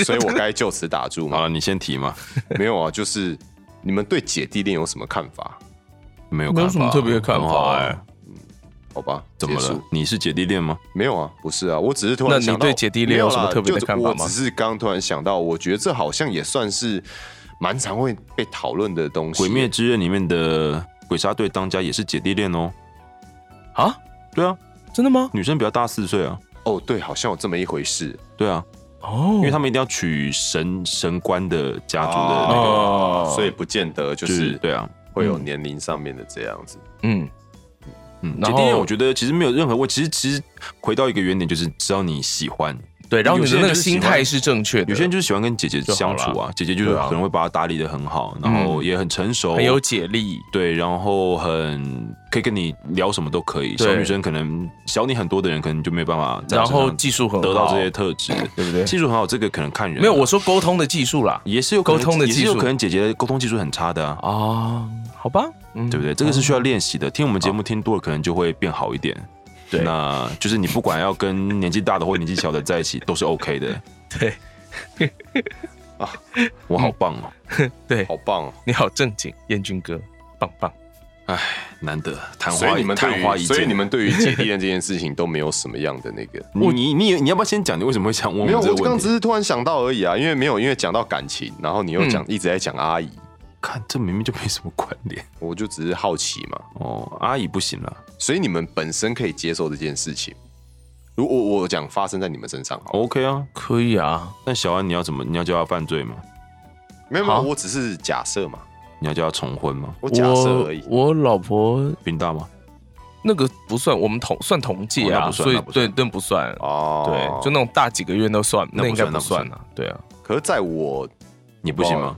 Speaker 5: 所以我该就此打住
Speaker 3: 好
Speaker 5: 吗？
Speaker 3: 了，你先提嘛，
Speaker 5: 没有啊，就是你们对姐弟恋有什么看法？
Speaker 3: 没有
Speaker 4: 没有
Speaker 3: 看
Speaker 4: 什么
Speaker 3: 法
Speaker 4: 特别的看
Speaker 3: 很好
Speaker 4: 法
Speaker 3: 哎、
Speaker 4: 哎。
Speaker 5: 好吧，
Speaker 3: 怎么
Speaker 5: 结束
Speaker 3: 了？？你是姐弟恋吗？
Speaker 5: 没有啊，不是啊，我只是突然
Speaker 4: 那你
Speaker 5: 想到
Speaker 4: 对姐弟
Speaker 5: 没
Speaker 4: 恋有什么
Speaker 5: 啦
Speaker 4: 特别的
Speaker 5: 就
Speaker 4: 看法
Speaker 5: 我
Speaker 4: 吗
Speaker 5: 只是刚突然想到，我觉得这好像也算是蛮常会被讨论的东
Speaker 3: 《
Speaker 5: 西。
Speaker 3: 鬼灭之刃》里面的鬼杀队当家也是姐弟恋哦。
Speaker 4: 啊，
Speaker 3: 对啊，
Speaker 4: 真的吗？
Speaker 3: 女生比较大四岁啊。
Speaker 5: 哦，对，好像有这么一回事。
Speaker 3: 对啊，
Speaker 4: 哦，
Speaker 3: 因为他们一定要娶神神官的家族的那个，
Speaker 4: 哦，
Speaker 5: 所以不见得就
Speaker 3: 就是
Speaker 5: 是
Speaker 3: 对啊，
Speaker 5: 会有年龄上面的这样子。
Speaker 4: 嗯，
Speaker 3: 嗯，
Speaker 4: 然
Speaker 3: 姐
Speaker 4: 后
Speaker 3: 弟恋我觉得其实没有任何问，其实其实回到一个原点，就是只要你喜欢，
Speaker 4: 对，然后
Speaker 3: 有
Speaker 4: 你
Speaker 3: 些
Speaker 4: 的
Speaker 3: 人
Speaker 4: 那个
Speaker 3: 就是喜
Speaker 4: 心
Speaker 3: 欢
Speaker 4: 态是正确的，
Speaker 3: 有些人就是喜欢跟姐姐
Speaker 4: 就好
Speaker 3: 相处啊，姐姐就是
Speaker 4: 对啊
Speaker 3: 可能会把她打理的很好，然后也很成熟，
Speaker 4: 很有解力，
Speaker 3: 对，然后很可以跟你聊什么都可以。
Speaker 4: 对
Speaker 3: 小女生可能小你很多的人，可能就没办法在她
Speaker 4: 然后
Speaker 3: 身上
Speaker 4: 技术很好，
Speaker 3: 得
Speaker 5: 哦
Speaker 3: 到这些特 质，
Speaker 4: 对不对？
Speaker 3: 技术很好，这个可能看人啊。
Speaker 4: 没有，我说沟通的技术啦。
Speaker 3: 也是有可能
Speaker 4: 沟通的技术
Speaker 3: 也是有可能姐姐沟通技术很差的
Speaker 5: 哦
Speaker 3: 啊，
Speaker 4: 啊，好吧，嗯，
Speaker 3: 对不对？这个是需要练习的，听我们节目听多了，可能就会变好一点。
Speaker 4: 对
Speaker 3: 那就是你不管要跟年纪大的或年纪小的在一起，都是 OK
Speaker 5: 嗯
Speaker 3: 的。
Speaker 4: 对，
Speaker 3: 我好棒哦，
Speaker 4: 对，
Speaker 5: 好棒哦！
Speaker 4: 你好正经，燕军哥，棒棒。
Speaker 3: 哎，难得昙
Speaker 5: 所以
Speaker 3: 花
Speaker 5: 你
Speaker 3: 一
Speaker 5: 们对
Speaker 3: 昙花
Speaker 5: 于
Speaker 3: 一
Speaker 5: 所以
Speaker 3: 现。
Speaker 5: 你们对于姐弟恋这件事情都没有什么样的那 个。
Speaker 4: 嗯
Speaker 3: 你你你你要不要先讲你为什么会想问我
Speaker 5: 没有，
Speaker 3: 们这
Speaker 5: 我
Speaker 3: 个
Speaker 5: 刚
Speaker 3: 问
Speaker 5: 只
Speaker 3: 题？
Speaker 5: 是突然想到而已啊，因为没有，因为讲到感情，然后你又
Speaker 4: 嗯
Speaker 5: 讲、一直在讲阿姨，
Speaker 3: 看这明明就没什么关 联
Speaker 5: 我就只是好奇嘛。
Speaker 3: 哦，阿姨不行了
Speaker 5: 所以你们本身可以接受这件事情。如果我我讲发生在你们身上好了，
Speaker 3: ，OK 啊。
Speaker 4: 可以啊，
Speaker 3: 但小安你要怎么？你要叫他犯罪吗？
Speaker 5: 没有没有，
Speaker 4: 好
Speaker 5: 我只是假设嘛，
Speaker 3: 你要叫他重婚吗？
Speaker 5: 我假设
Speaker 4: 我
Speaker 5: 而已。
Speaker 4: 我老婆
Speaker 3: 冰大吗？
Speaker 4: 那个不算，我们同算同届
Speaker 3: 哦那
Speaker 4: 啊，
Speaker 3: 不算
Speaker 4: 所以
Speaker 3: 那不
Speaker 4: 对
Speaker 3: 算
Speaker 4: 那不算，
Speaker 5: 哦，
Speaker 4: 对，就那种大几个月都算，
Speaker 3: 那
Speaker 4: 那
Speaker 3: 不
Speaker 4: 应该
Speaker 3: 算那不
Speaker 4: 算
Speaker 3: 算
Speaker 4: 啊，对啊，
Speaker 5: 可是在我
Speaker 3: 你不行吗？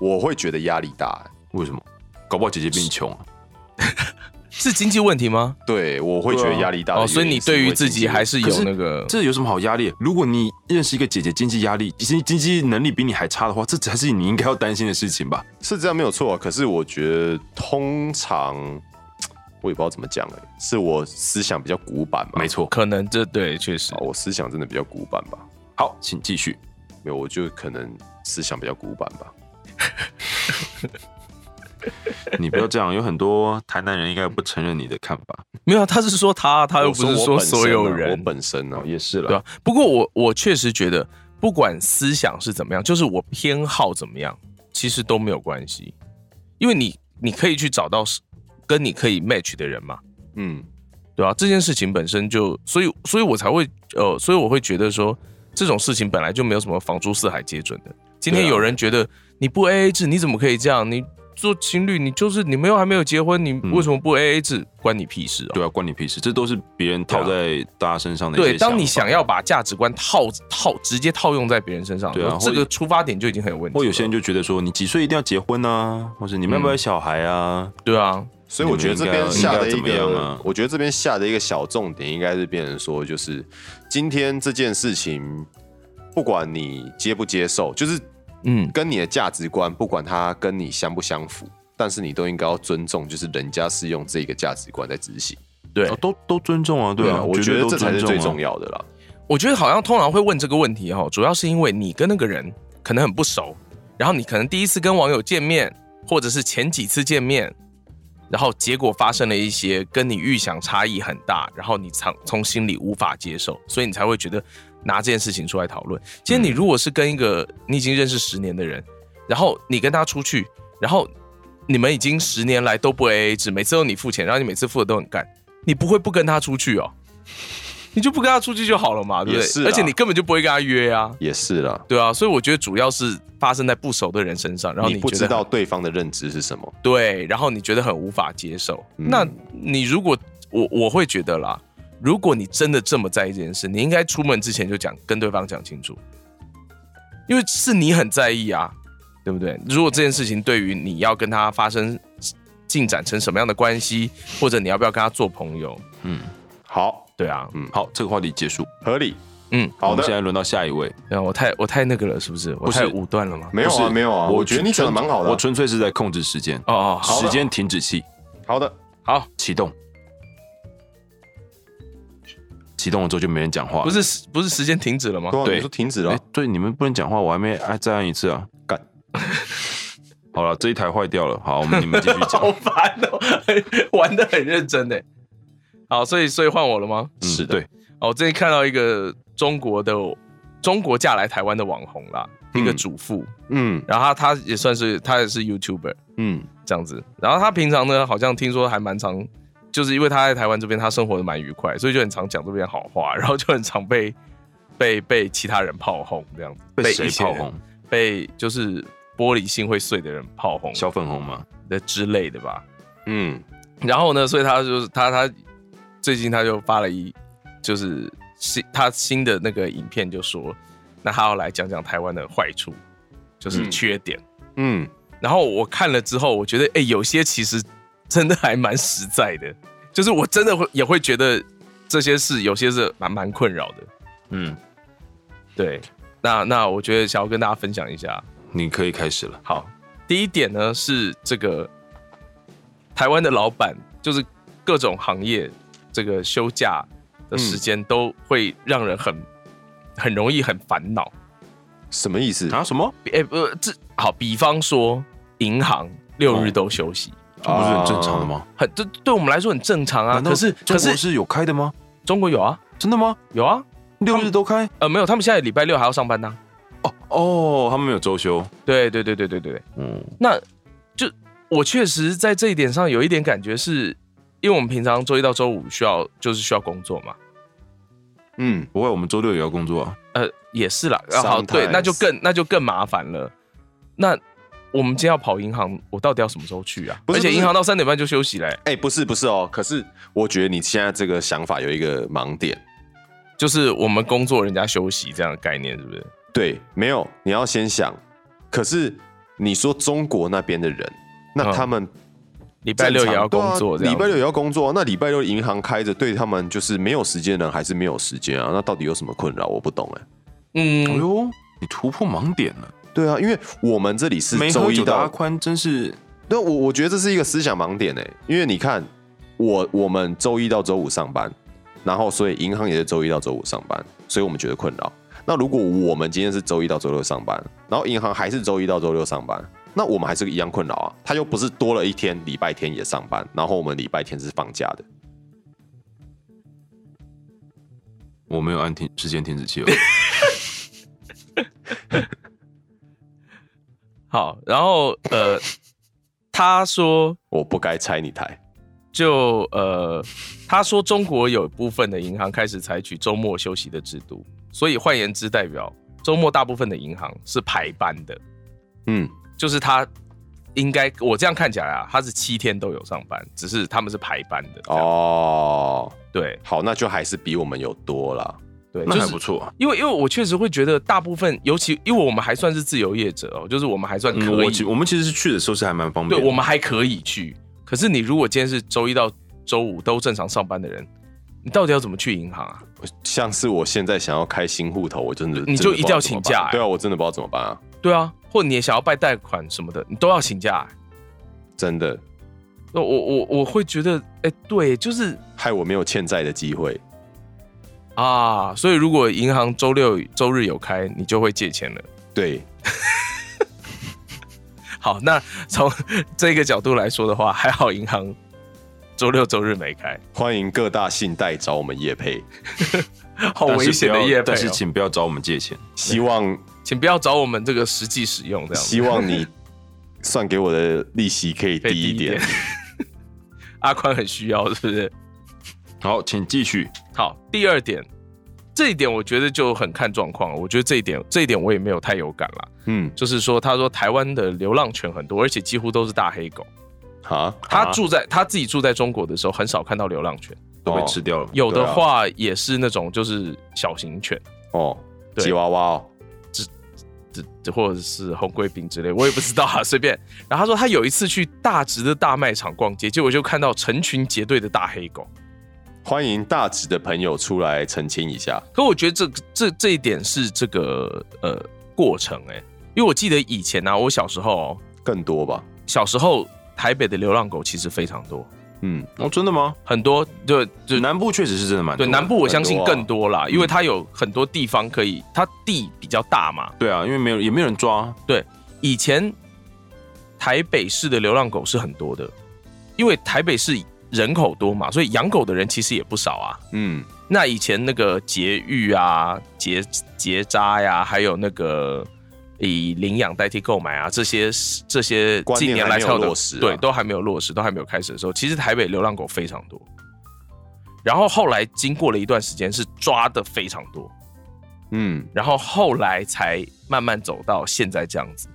Speaker 5: 我会觉得压力大、
Speaker 3: 为什么？搞不好姐姐比你穷啊。
Speaker 4: 是经济问题吗？
Speaker 5: 对我会觉得压力大的
Speaker 4: 哦，
Speaker 5: 原因是
Speaker 4: 所
Speaker 5: 因为
Speaker 4: 以你对于自己还是
Speaker 3: 可
Speaker 4: 有
Speaker 3: 是
Speaker 4: 那个，
Speaker 3: 这有什么好压力？如果你认识一个姐姐，经济压力、经经济能力比你还差的话，这才是你应该要担心的事情吧？
Speaker 5: 是这样没有错、啊可是我觉得通常我也不知道怎么讲哎、是我思想比较古板嘛，
Speaker 3: 没错。
Speaker 4: 可能这对确实
Speaker 5: 啊，我思想真的比较古板吧，
Speaker 3: 好，请继续。
Speaker 5: 没有我就可能思想比较古板吧。
Speaker 3: 你不要这样，有很多台南人应该不承认你的看法。
Speaker 4: 没有啊，他是说他，他又
Speaker 5: 我
Speaker 4: 不是
Speaker 5: 我
Speaker 4: 说
Speaker 5: 本身
Speaker 4: 所
Speaker 5: 啊
Speaker 4: 有
Speaker 5: 我
Speaker 4: 人，哦
Speaker 5: 本身呢、
Speaker 3: 也是
Speaker 4: 对吧、，不过我我确实觉得，不管思想是怎么样，就是我偏好怎么样，其实都没有关系，因为你你可以去找到是跟你可以 match 的人嘛，
Speaker 5: 嗯，
Speaker 4: 对吧、这件事情本身就，所以所以我才会呃，所以我会觉得说，这种事情本来就没有什么房租四海皆准的。今天
Speaker 5: 对啊
Speaker 4: 有人觉得你不 A A 制，你怎么可以这样？你做情侣，你就是你们又还没有结婚，你为什么不 A A 制？关你屁事啊！
Speaker 3: 嗯对啊，关你屁事，这都是别人套在大家身上的一些
Speaker 4: 对，当你
Speaker 3: 想
Speaker 4: 想
Speaker 3: 法
Speaker 4: 要把价值观套套直接套用在别人身上的时候，
Speaker 3: 对啊
Speaker 4: 这
Speaker 3: 或
Speaker 4: 个出发点就已经很有问题了。
Speaker 3: 或有些人就觉得说，你几岁一定要结婚啊，或者你们要不要有小孩啊？
Speaker 4: 对啊，
Speaker 5: 所以我觉得这边下的一
Speaker 3: 你们应该要怎么
Speaker 5: 个，
Speaker 3: 样啊
Speaker 5: 我觉得这边下的一个小重点应该是变成说，就是今天这件事情，不管你接不接受，就是
Speaker 4: 嗯，
Speaker 5: 跟你的价值观，不管它跟你相不相符，但是你都应该要尊重，就是人家是用这个价值观在执行。
Speaker 4: 对
Speaker 3: 哦，，都都尊重啊，对啊，
Speaker 5: 我觉
Speaker 3: 绝对
Speaker 5: 得
Speaker 3: 都
Speaker 5: 这才是最
Speaker 3: 啊
Speaker 5: 重要的啦。
Speaker 4: 我觉得好像通常会问这个问题哈，主要是因为你跟那个人可能很不熟，然后你可能第一次跟网友见面，或者是前几次见面，然后结果发生了一些跟你预想差异很大，然后你从从心里无法接受，所以你才会觉得拿这件事情出来讨论。其实你如果是跟一个你已经认识十年的人，然后你跟他出去，然后你们已经十年来都不 AA 制，每次都你付钱，然后你每次付的都很干，你不会不跟他出去哦，你就不跟他出去就好了嘛，对不
Speaker 5: 也是
Speaker 4: 对？
Speaker 5: 啦
Speaker 4: 而且你根本就不会跟他约啊，
Speaker 5: 也是啦，
Speaker 4: 对啊，所以我觉得主要是发生在不熟的人身上，然后
Speaker 5: 你不
Speaker 4: 觉
Speaker 5: 知
Speaker 4: 得
Speaker 5: 道对方的认知是什么。
Speaker 4: 对，然后你觉得很无法接受，
Speaker 5: 嗯
Speaker 4: 那你如果我我会觉得啦，如果你真的这么在意这件事，你应该出门之前就讲跟对方讲清楚，因为是你很在意啊，对不对？如果这件事情对于你要跟他发生进展成什么样的关系，或者你要不要跟他做朋友，
Speaker 3: 嗯，
Speaker 5: 好，
Speaker 4: 对啊，
Speaker 5: 嗯
Speaker 3: 好，这个话题结束。
Speaker 5: 合理。
Speaker 4: 嗯，
Speaker 3: 我
Speaker 5: 好
Speaker 3: 们现
Speaker 5: 的，
Speaker 3: 在轮到下一位，
Speaker 4: 对啊，我太我太那个了，是不是？我
Speaker 3: 不是
Speaker 4: 太武断了吗？
Speaker 5: 没有
Speaker 3: 不
Speaker 5: 啊，
Speaker 3: 是
Speaker 5: 没有啊，我觉得你讲
Speaker 3: 纯
Speaker 5: 的蛮好的啊、
Speaker 3: 我纯粹是在控制时间，
Speaker 4: 哦哦，好，
Speaker 5: 好的
Speaker 3: 时间停止器
Speaker 5: 好的，
Speaker 4: 好，
Speaker 3: 启动，启动了之后就没人讲话了。
Speaker 4: 不是不是时间停止了吗？
Speaker 5: 对啊，
Speaker 3: 对
Speaker 5: 你说停止了
Speaker 3: 哎、
Speaker 5: 啊，
Speaker 3: 对，你们不能讲话，我还没哎，再按一次啊，
Speaker 5: 干。
Speaker 3: 好了，这一台坏掉了，好，我们你们继续讲
Speaker 4: 好。烦哦，玩的很认真呢。好，所以所以换我了吗？
Speaker 3: 嗯
Speaker 5: 是的
Speaker 3: 对，
Speaker 4: 哦，我最近看到一个中国的中国嫁来台湾的网红啦，一个
Speaker 3: 嗯
Speaker 4: 主妇，
Speaker 5: 嗯
Speaker 4: 然后她她也算是她也是 YouTuber
Speaker 5: 嗯，
Speaker 4: 这样子，然后她平常呢好像听说还蛮常，就是因为她在台湾这边她生活的蛮愉快，所以就很常讲这边好话， 然后就很常被被被其他人炮轰这样子，
Speaker 3: 被
Speaker 4: 一
Speaker 3: 谁
Speaker 4: 些
Speaker 3: 炮
Speaker 4: 人
Speaker 3: 轰？？
Speaker 4: 被就是玻璃心会碎的人炮轰
Speaker 3: 小粉红吗？
Speaker 4: 的之类的吧。
Speaker 5: 嗯，
Speaker 4: 然后呢，所以他就是他他最近他就发了一就是新他新的那个影片，就说那他要来讲讲台湾的坏处，就是
Speaker 5: 嗯
Speaker 4: 缺点。
Speaker 5: 嗯，
Speaker 4: 然后我看了之后，我觉得哎、诶有些其实真的还蛮实在的，就是我真的会也会觉得这些事有些是蛮蛮困扰的。
Speaker 3: 嗯，
Speaker 4: 对，那那我觉得想要跟大家分享一下，
Speaker 3: 你可以开始了。
Speaker 4: 好，第一点呢是这个台湾的老板，就是各种行业这个休假的时间都会让人很很容易很烦恼。
Speaker 5: 什么意思？
Speaker 3: 啊？什么？
Speaker 4: 哎、不，这好，比方说银行六日都休息，
Speaker 3: 这不是很正常的吗？
Speaker 4: 很这对我们来说很正常啊。
Speaker 3: 难道
Speaker 4: 可是
Speaker 3: 中
Speaker 4: 可
Speaker 3: 国
Speaker 4: 是
Speaker 3: 是有开的吗？
Speaker 4: 中国有啊
Speaker 3: 真的吗？
Speaker 4: 有啊，
Speaker 3: 六日都开？
Speaker 4: 呃没有，他们现在礼拜六还要上班呢、
Speaker 3: 哦哦，他们没有周休。
Speaker 4: 对对对对对对对。
Speaker 3: 嗯，
Speaker 4: 那就我确实在这一点上有一点感觉是，因为我们平常周一到周五需要就是需要工作嘛，
Speaker 5: 嗯，
Speaker 3: 不会，我们周六也要工作啊。
Speaker 4: 呃，也是啦，啊、好，对
Speaker 5: Sometimes，
Speaker 4: 那就更那就更麻烦了。那我们今天要跑银行，我到底要什么时候去啊？
Speaker 5: 不是
Speaker 4: 而且
Speaker 5: 不是
Speaker 4: 银行到三点半就休息嘞、
Speaker 5: 哎、不是不是哦，可是我觉得你现在这个想法有一个盲点，
Speaker 4: 就是我们工作人家休息这样的概念，是不是？
Speaker 5: 对，没有，你要先想。可是你说中国那边的人，那
Speaker 4: 嗯
Speaker 5: 他们
Speaker 4: 礼
Speaker 5: 正
Speaker 4: 拜
Speaker 5: 常、
Speaker 4: 六也要工作，这
Speaker 5: 对啊
Speaker 4: 样
Speaker 5: 礼
Speaker 4: 子、
Speaker 5: 拜六也要工作啊，那礼拜六银行开着，对他们就是没有时间的人还是没有时间啊，那到底有什么困扰？我不懂哎、
Speaker 3: 哎
Speaker 4: 嗯，
Speaker 3: 呦，你突破盲点了。
Speaker 5: 对啊，因为我们这里是
Speaker 3: 没
Speaker 5: 周
Speaker 3: 喝
Speaker 5: 一
Speaker 3: 酒的
Speaker 4: 啊
Speaker 3: 阿
Speaker 5: 到，
Speaker 3: 宽真是
Speaker 5: 那我我觉得这是一个思想盲点哎、因为你看我我们周一到周五上班，然后所以银行也是周一到周五上班，所以我们觉得困扰。那如果我们今天是周一到周六上班，然后银行还是周一到周六上班，那我们还是一样困扰啊。他又不是多了一天，礼拜天也上班，然后我们礼拜天是放假的。
Speaker 3: 我没有按停时间停止器 哦。
Speaker 4: 好，然后呃，他说
Speaker 5: 我不该拆你台，
Speaker 4: 就呃，他说中国有部分的银行开始采取周末休息的制度，所以换言之，代表周末大部分的银行是排班的，
Speaker 5: 嗯，
Speaker 4: 就是他应该我这样看起来啊，他是七天都有上班，只是他们是排班的。哦，
Speaker 5: 哦，
Speaker 4: 对
Speaker 5: 好，那就还是比我们有多啦。
Speaker 4: 对，
Speaker 3: 那
Speaker 4: 就
Speaker 3: 还
Speaker 4: 是
Speaker 3: 不错啊。
Speaker 4: 因为因为我确实会觉得大部分，尤其因为我们还算是自由业者哦，就是我们还算
Speaker 3: 嗯，
Speaker 4: 可以
Speaker 3: 我其我们其实是去的时候是还蛮方便
Speaker 4: 对，
Speaker 3: 的。
Speaker 4: 我们还可以去。可是你如果今天是周一到周五都正常上班的人，你到底要怎么去银行啊？
Speaker 5: 像是我现在想要开新户头，我真的
Speaker 4: 你就一定要
Speaker 5: 真的不知道
Speaker 4: 请假
Speaker 5: 怎么办
Speaker 4: 欸
Speaker 5: 对啊，我真的不知道怎么办啊，
Speaker 4: 对啊，或你也想要办贷款什么的，你都要请假、欸
Speaker 5: 真的
Speaker 4: 那我我我会觉得，哎、对，就是
Speaker 5: 害我没有欠债的机会。
Speaker 4: 啊，所以如果银行周六周日有开，你就会借钱了。
Speaker 5: 对，
Speaker 4: 好，那从这个角度来说的话，还好银行周六周日没开，
Speaker 5: 欢迎各大信贷找我们叶配，
Speaker 4: 好
Speaker 3: 但是
Speaker 4: 危险的
Speaker 3: 不要
Speaker 4: 业配、
Speaker 3: 但
Speaker 4: 哦。
Speaker 3: 是请不要找我们借钱。
Speaker 5: 希望
Speaker 4: 请不要找我们这个实际使用这样子。
Speaker 5: 希望你算给我的利息可以
Speaker 4: 可以
Speaker 5: 低一点。。
Speaker 4: 阿宽很需要，是不是？
Speaker 3: 好，请继续。
Speaker 4: 好，第二点，这一点我觉得就很看状况了。我觉得这一点，这一点我也没有太有感啦。
Speaker 5: 嗯，
Speaker 4: 就是说，他说台湾的流浪犬很多，而且几乎都是大黑狗。
Speaker 5: 好，
Speaker 4: 他住在他自己住在中国的时候，很少看到流浪犬，
Speaker 3: 都被
Speaker 5: 哦
Speaker 3: 吃掉了。
Speaker 4: 有的
Speaker 5: 对啊
Speaker 4: 话也是那种就是小型犬，
Speaker 5: 哦，
Speaker 4: 对
Speaker 5: 吉娃娃哦，
Speaker 4: 这或者是红贵宾之类，我也不知道啊，随便。然后他说他有一次去大直的大卖场逛街，结果就看到成群结队的大黑狗。
Speaker 5: 欢迎大直的朋友出来澄清一下。
Speaker 4: 可我觉得这这这一点是这个呃过程哎、因为我记得以前呢、啊，我小时候哦、
Speaker 5: 更多吧。
Speaker 4: 小时候台北的流浪狗其实非常多，
Speaker 5: 嗯，
Speaker 3: 哦，真的吗？
Speaker 4: 很多就就
Speaker 3: 南部确实是真的蛮多
Speaker 4: 对
Speaker 3: 的
Speaker 4: 南部我相信
Speaker 5: 很多啊
Speaker 4: 更多啦，因为它有很多地方可以，它地比较大嘛。
Speaker 3: 对啊，因为没有也没有人抓，
Speaker 4: 以前台北市的流浪狗是很多的，因为台北市人口多嘛，所以养狗的人其实也不少啊。
Speaker 5: 嗯，
Speaker 4: 那以前那个节育啊、结结扎呀、还有那个以领养代替购买啊，这些这些
Speaker 5: 观
Speaker 4: 近
Speaker 5: 念
Speaker 4: 年来
Speaker 5: 还没
Speaker 4: 才
Speaker 5: 有
Speaker 4: 有的
Speaker 5: 落实啊
Speaker 4: 对，都还没有落实，都还没有开始的时候，其实台北流浪狗非常多。然后后来经过了一段时间，是抓的非常多，
Speaker 5: 嗯，
Speaker 4: 然后后来才慢慢走到现在这样子。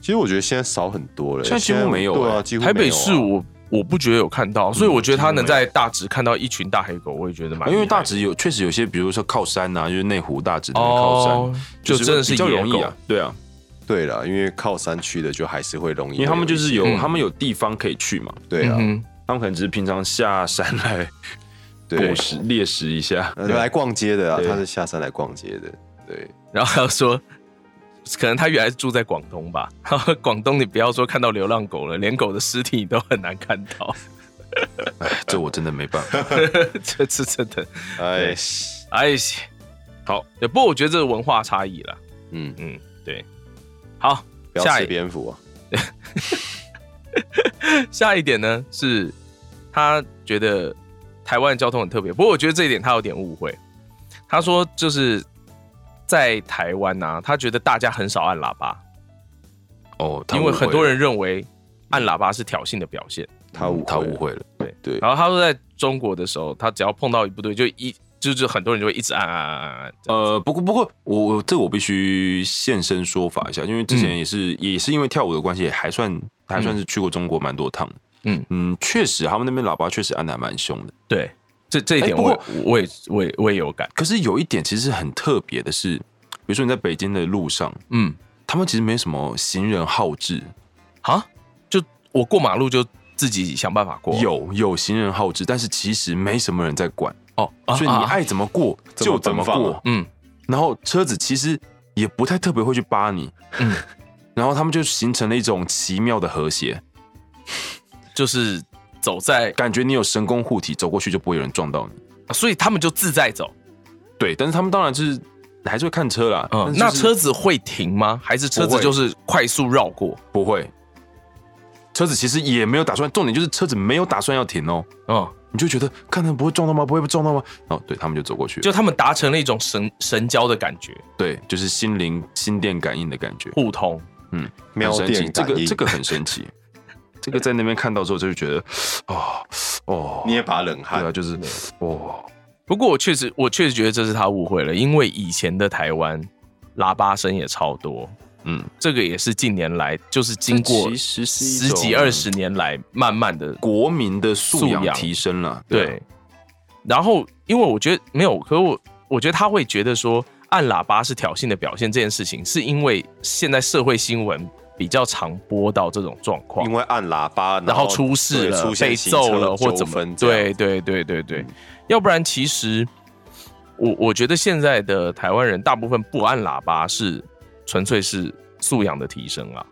Speaker 5: 其实我觉得现在少很多了，
Speaker 3: 现在几乎
Speaker 5: 现
Speaker 3: 没有
Speaker 5: 对啊，
Speaker 3: 欸
Speaker 5: 几乎
Speaker 4: 哎台北
Speaker 5: 没有啊
Speaker 4: 市我我不觉得有看到，所以我觉得他能
Speaker 3: 几乎没
Speaker 4: 在大直看到一群大黑狗，我也觉得蛮厉害的。
Speaker 3: 因为大直有确实有些，比如说靠山呐、就是内湖大直那边靠山，
Speaker 4: 哦，就真的是
Speaker 3: 比较
Speaker 4: 野
Speaker 3: 容易
Speaker 4: 狗
Speaker 3: 啊。对啊，
Speaker 5: 对了，因为靠山区的就还是会容易，
Speaker 3: 因为他们就是有、
Speaker 4: 嗯
Speaker 3: 他们有地方可以去嘛，
Speaker 5: 对啊，
Speaker 4: 嗯哼
Speaker 3: 他们可能只是平常下山来
Speaker 5: 对
Speaker 3: 捕，食猎食一下。
Speaker 5: 呃来逛街的啊，
Speaker 3: 对
Speaker 5: 他是下山来逛街的，对，
Speaker 4: 然后他说，可能他原来是住在广东吧。然后广东你不要说看到流浪狗了，连狗的尸体你都很难看到，
Speaker 3: 哎， 这我真的没办法。
Speaker 4: 这是真的。
Speaker 5: 哎，
Speaker 4: 哎，好，对，不过我觉得这是文化差异了。
Speaker 5: 嗯，
Speaker 4: 嗯，对。好，
Speaker 5: 不要
Speaker 4: 下
Speaker 5: 吃
Speaker 4: 一
Speaker 5: 蝙蝠啊，
Speaker 4: 下一点呢是，他觉得台湾的交通很特别，不过我觉得这一点他有点误会。他说就是在台湾啊，他觉得大家很少按喇叭，
Speaker 3: 哦，他
Speaker 4: 因为
Speaker 3: 误会
Speaker 4: 很多
Speaker 3: 了
Speaker 4: 人认为按喇叭是挑衅的表现。
Speaker 5: 他误
Speaker 3: 嗯他误会
Speaker 5: 会，
Speaker 3: 了，
Speaker 5: 对，
Speaker 4: 然后他说在中国的时候，他只要碰到一部队，就一就是很多人就会一直按按按按按。这样
Speaker 3: 呃，不过不过，我我这我必须现身说法一下，因为之前也是、也是因为跳舞的关系，也还算还算是去过中国蛮多趟的。
Speaker 4: 嗯
Speaker 3: 嗯，确实，他们那边喇叭确实按的蛮凶的。
Speaker 4: 对，这这一点
Speaker 3: 哎不
Speaker 4: 我
Speaker 3: 过
Speaker 4: 也我也我也我也有感。
Speaker 3: 可是有一点其实很特别的是，比如说你在北京的路上，
Speaker 4: 嗯，
Speaker 3: 他们其实没什么行人好志，
Speaker 4: 啊，就我过马路就自己想办法过。
Speaker 3: 有有行人好志，但是其实没什么人在管，
Speaker 4: 哦，啊
Speaker 3: 所以你
Speaker 4: 啊
Speaker 3: 爱怎么过
Speaker 5: 这么
Speaker 3: 就怎么
Speaker 5: 奔放啊
Speaker 3: 过。
Speaker 4: 嗯
Speaker 3: 然后车子其实也不太特别会去扒你，
Speaker 4: 嗯，
Speaker 3: 然后他们就形成了一种奇妙的和谐，
Speaker 4: 就是走在，
Speaker 3: 感觉你有神功护体，走过去就不会有人撞到你。
Speaker 4: 所以他们就自在走。
Speaker 3: 对，但是他们当然就是还是会看车啦，
Speaker 4: 嗯，
Speaker 3: 但是
Speaker 4: 那
Speaker 3: 就是
Speaker 4: 车子会停吗？还是车
Speaker 3: 不
Speaker 4: 子
Speaker 3: 会
Speaker 4: 就是快速绕过？
Speaker 3: 不会，车子其实也没有打算，重点就是车子没有打算要停哦，
Speaker 4: 嗯，
Speaker 3: 你就觉得看他们不会撞到吗？不会撞到吗？哦，对他们就走过去了，
Speaker 4: 就他们达成了一种神神交的感觉，
Speaker 3: 对，就是心灵心电感应的感觉，
Speaker 4: 互通。
Speaker 3: 嗯，
Speaker 5: 喵
Speaker 3: 很神奇，
Speaker 5: 电
Speaker 3: 这
Speaker 5: 感
Speaker 3: 个
Speaker 5: 应
Speaker 3: 这个很神奇，这个在那边看到之后就觉得，哦哦，
Speaker 5: 捏把冷
Speaker 3: 对啊，
Speaker 5: 汗，
Speaker 3: 就是哦，
Speaker 4: 不过我确实，我确实觉得这是他误会了，因为以前的台湾喇叭声也超多，
Speaker 3: 嗯，
Speaker 4: 这个也是近年来，就是经
Speaker 3: 这
Speaker 4: 过
Speaker 3: 其实是一
Speaker 4: 十
Speaker 3: 种
Speaker 4: 几二十年来慢慢的
Speaker 3: 国民的素
Speaker 4: 素
Speaker 3: 养
Speaker 4: 养
Speaker 3: 提升了，啊
Speaker 4: 对。然后，因为我觉得没有，可我我觉得他会觉得说按喇叭是挑衅的表现这件事情，是因为现在社会新闻比较常播到这种状况
Speaker 5: 因，为按喇叭，
Speaker 4: 然后
Speaker 5: 后
Speaker 4: 出事
Speaker 5: 对
Speaker 4: 了、
Speaker 5: 出现
Speaker 4: 被
Speaker 5: 行
Speaker 4: 揍
Speaker 5: 车
Speaker 4: 了或
Speaker 5: 纠
Speaker 4: 怎么
Speaker 5: 纷？这样
Speaker 4: 对对对对对，要不然其实我我觉得现在的台湾人大部分不按喇叭是纯粹是素养的提升啊，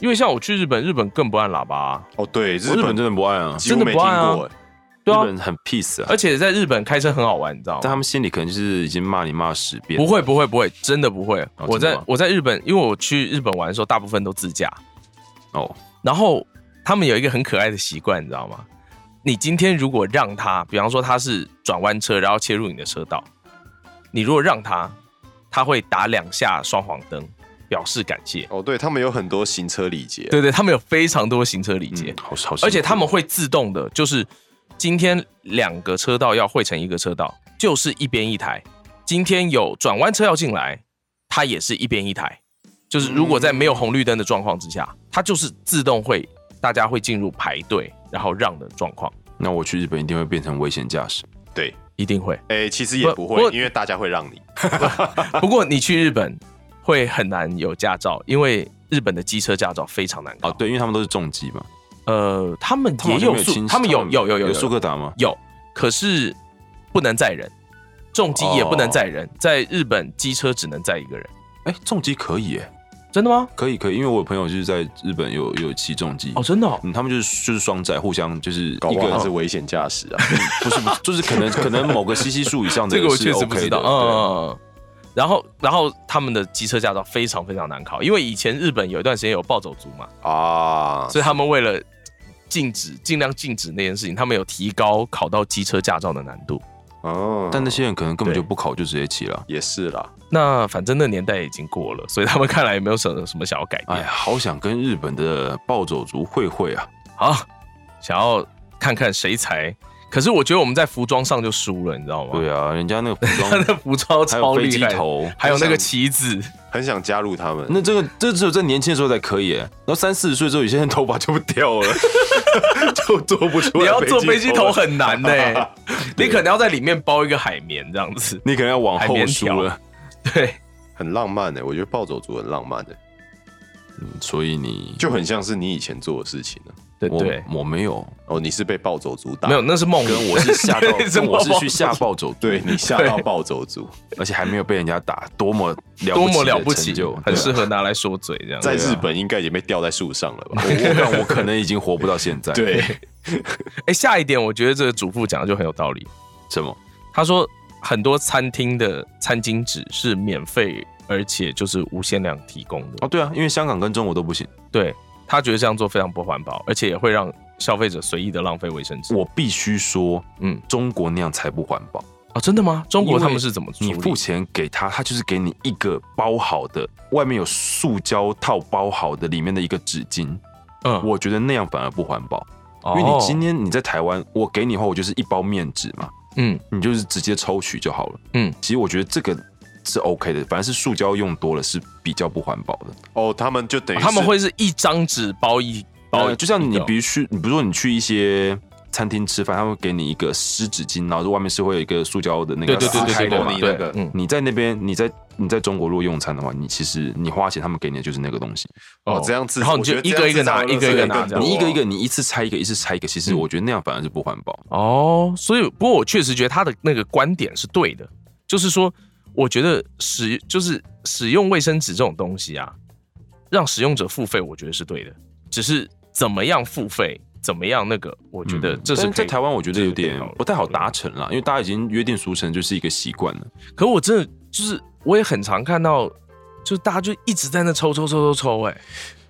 Speaker 4: 因为像我去日本，日本更不按喇叭、啊，
Speaker 5: 哦，对，日
Speaker 3: 日
Speaker 5: 本
Speaker 3: 本真的不爱啊，
Speaker 5: 几乎没
Speaker 4: 真的
Speaker 5: 听
Speaker 4: 不按啊
Speaker 5: 过，哎
Speaker 4: 对啊
Speaker 3: 日，本很 peace 啊
Speaker 4: 而，且在日本开车很好玩，你知道
Speaker 3: 但
Speaker 4: 吗？
Speaker 3: 他们心里可能就是已经骂你骂十遍，
Speaker 4: 不会不会不会，真的不会。
Speaker 3: 哦
Speaker 4: 我
Speaker 3: 真的
Speaker 4: 在
Speaker 3: 吗
Speaker 4: 我在日本，因为我去日本玩的时候，大部分都自驾，
Speaker 3: 哦，
Speaker 4: 然后他们有一个很可爱的习惯，你知道吗？你今天如果让他，比方说他是转弯车，然后切入你的车道，你如果让他，他会打两下双黄灯，表示感谢。
Speaker 5: 哦，对他们有很多行车礼节，
Speaker 4: 对对，他们有非常多行车礼节，
Speaker 3: 嗯好好，
Speaker 4: 而且他们会自动的，就是今天两个车道要汇成一个车道，就是一边一台。今天有转弯车要进来，它也是一边一台。就是如果在没有红绿灯的状况之下，它就是自动会，大家会进入排队然后让的状况，
Speaker 3: 那我去日本一定会变成危险驾驶，
Speaker 5: 对，
Speaker 4: 一 定会。
Speaker 5: 哎，其实也不
Speaker 4: 不不
Speaker 5: 会，因为大家会让你，
Speaker 4: 不过你去日本会很难有驾照，因为日本的机车驾照非常难
Speaker 3: 哦
Speaker 4: 考。，
Speaker 3: 对，因为他们都是重机嘛，
Speaker 4: 呃，他们
Speaker 3: 他
Speaker 4: 也
Speaker 3: 们好像
Speaker 4: 有
Speaker 3: 没有
Speaker 4: 速，
Speaker 3: 轻
Speaker 4: 他们有有有有
Speaker 3: 有
Speaker 4: 有
Speaker 3: 苏格达吗？
Speaker 4: 有，可是不能载人，重机也不能载
Speaker 3: 哦
Speaker 4: 人，在日本机车只能载一个人，
Speaker 3: 哎，重机可以哎，
Speaker 4: 真的吗？
Speaker 3: 可以可以，因为我有朋友就是在日本有有骑重机
Speaker 4: 哦，，真的、哦，
Speaker 3: 嗯，他们就是就是双载，互相就是
Speaker 5: 搞
Speaker 3: 一
Speaker 5: 不好
Speaker 3: 个
Speaker 5: 他是危险驾驶啊。
Speaker 3: 不是不是，就是可能可能某个吸吸数以上的
Speaker 4: 这个我
Speaker 3: 嗯是
Speaker 4: 确实
Speaker 3: OK
Speaker 4: 不知道，
Speaker 3: 的
Speaker 4: 嗯嗯。嗯然后，然后他们的机车驾照非常非常难考，因为以前日本有一段时间有暴走族嘛，
Speaker 5: 啊，
Speaker 4: 所以他们为了禁止尽量禁止那件事情，他们有提高考到机车驾照的难度。嗯
Speaker 5: 哦，
Speaker 3: 但那些人可能根本就
Speaker 4: 对
Speaker 3: 不考就直接骑了。
Speaker 5: 也是啦，
Speaker 4: 那反正那年代已经过了，所以他们看来也没有什么什么想要改
Speaker 3: 哎，
Speaker 4: 变。
Speaker 3: 好想跟日本的暴走族会会啊！
Speaker 4: 好，想要看看谁才。可是我觉得我们在服装上就输了，你知道吗？
Speaker 3: 对啊，人家那个服
Speaker 4: 他
Speaker 3: 装
Speaker 4: 的服装
Speaker 3: 还
Speaker 4: 超
Speaker 3: 有飞
Speaker 4: 厉
Speaker 3: 机
Speaker 4: 害，
Speaker 3: 头，
Speaker 4: 还有那个 旗子，
Speaker 5: 很想加入他们。
Speaker 3: 那这个这只有在年轻的时候才可以耶，然后三四十岁之后，有些人头发就不掉了， 就做不出来。
Speaker 4: 你要做飞机头
Speaker 3: 了，
Speaker 4: 很难呢、 你可能要在里面包一个海绵这样子。
Speaker 3: 你可能要往
Speaker 4: 海
Speaker 3: 后
Speaker 4: 绵
Speaker 3: 梳
Speaker 4: 条
Speaker 3: 了。
Speaker 4: 对，
Speaker 5: 很浪漫欸的、我觉得暴走族很浪漫的、欸
Speaker 3: 所以你
Speaker 5: 就很像是你以前做的事情呢、啊
Speaker 4: 对
Speaker 3: 我
Speaker 4: 对，
Speaker 3: 我没 有，
Speaker 5: 哦，你是被暴走族打，
Speaker 4: 没有，那是梦
Speaker 3: 跟我是吓 到，
Speaker 4: 什
Speaker 3: 跟
Speaker 4: 么
Speaker 3: 我是去吓暴走族，
Speaker 5: 对你吓到暴走族，
Speaker 3: 而且还没有被人家打，多么了
Speaker 4: 多么了不
Speaker 3: 不
Speaker 4: 起
Speaker 3: 起的成就，，
Speaker 4: 很
Speaker 3: 对啊
Speaker 4: 适合拿来说嘴这样。啊
Speaker 5: 在日本应该已经被吊在树上了 吧？
Speaker 3: 我看我可能已经活不到现在。，
Speaker 5: 对，
Speaker 4: 哎，下一点，我觉得这个主妇讲的就很有道理。
Speaker 3: 什么？
Speaker 4: 他说，很多餐厅的餐巾纸是免费，而且就是无限量提供的。
Speaker 3: 哦，对啊，因为香港跟中国都不行，
Speaker 4: 对他觉得这样做非常不环保，而且也会让消费者随意的浪费卫生纸。
Speaker 3: 我必须说，
Speaker 4: 嗯，
Speaker 3: 中国那样才不环保。
Speaker 4: 哦，真的吗？中国他们是怎么处理
Speaker 3: 你？付钱给他，他就是给你一个包好的，外面有塑胶套包好的里面的一个纸巾。
Speaker 4: 嗯哦
Speaker 3: 我觉得那样反而不环保，
Speaker 4: 因
Speaker 3: 因为你今天你在台湾，我给你的话，我就是一包面纸嘛，
Speaker 4: 嗯
Speaker 3: 你就是直接抽取就好了。
Speaker 4: 嗯，
Speaker 3: 其实我觉得这个是 OK 的，反正是塑胶用多了是比较不环保的。
Speaker 5: 哦，他们就等于是
Speaker 4: 他们会是一张纸包一包
Speaker 3: 呃，
Speaker 4: 一，
Speaker 3: 就像你
Speaker 4: 哦一个
Speaker 3: 必须，你比如说你去一些餐厅吃饭，他会给你一个湿纸巾，然后外面是会有一个塑胶的那
Speaker 4: 对
Speaker 3: 个
Speaker 4: 对对
Speaker 3: 撕开
Speaker 4: 对
Speaker 3: 的嘛。
Speaker 4: 对对
Speaker 5: 那个
Speaker 4: 对，嗯
Speaker 3: 你在那边，你在你在中国如果用餐的话，你其实你花钱，他们给你的就是那个东西。
Speaker 5: 哦这样自，
Speaker 4: 然后你就
Speaker 5: 我觉得
Speaker 4: 一个一个拿，
Speaker 5: 这
Speaker 4: 一
Speaker 5: 样
Speaker 4: 个
Speaker 5: 自
Speaker 4: 一个
Speaker 5: 让
Speaker 4: 拿
Speaker 5: 人
Speaker 4: 这
Speaker 5: 更
Speaker 4: 样
Speaker 5: 多
Speaker 3: 你一个一个，你一次拆一个，一次拆一个，其实我觉得那样反而是不环保。
Speaker 4: 哦，所以不过我确实觉得他的那个观点是对的，就是说，我觉得使就是使用卫生纸这种东西啊，让使用者付费，我觉得是对的，只是怎么样付费，怎么样那个，我觉得这
Speaker 3: 嗯
Speaker 4: 是
Speaker 3: 但
Speaker 4: 可
Speaker 3: 在
Speaker 4: 以
Speaker 3: 台湾，我觉得有点
Speaker 4: 这是可以考虑
Speaker 3: 不太好达成啦，因为大家已经约定俗成，就是一个习惯了。
Speaker 4: 可我真的就是，我也很常看到，就大家就一直在那抽抽抽抽抽、哎，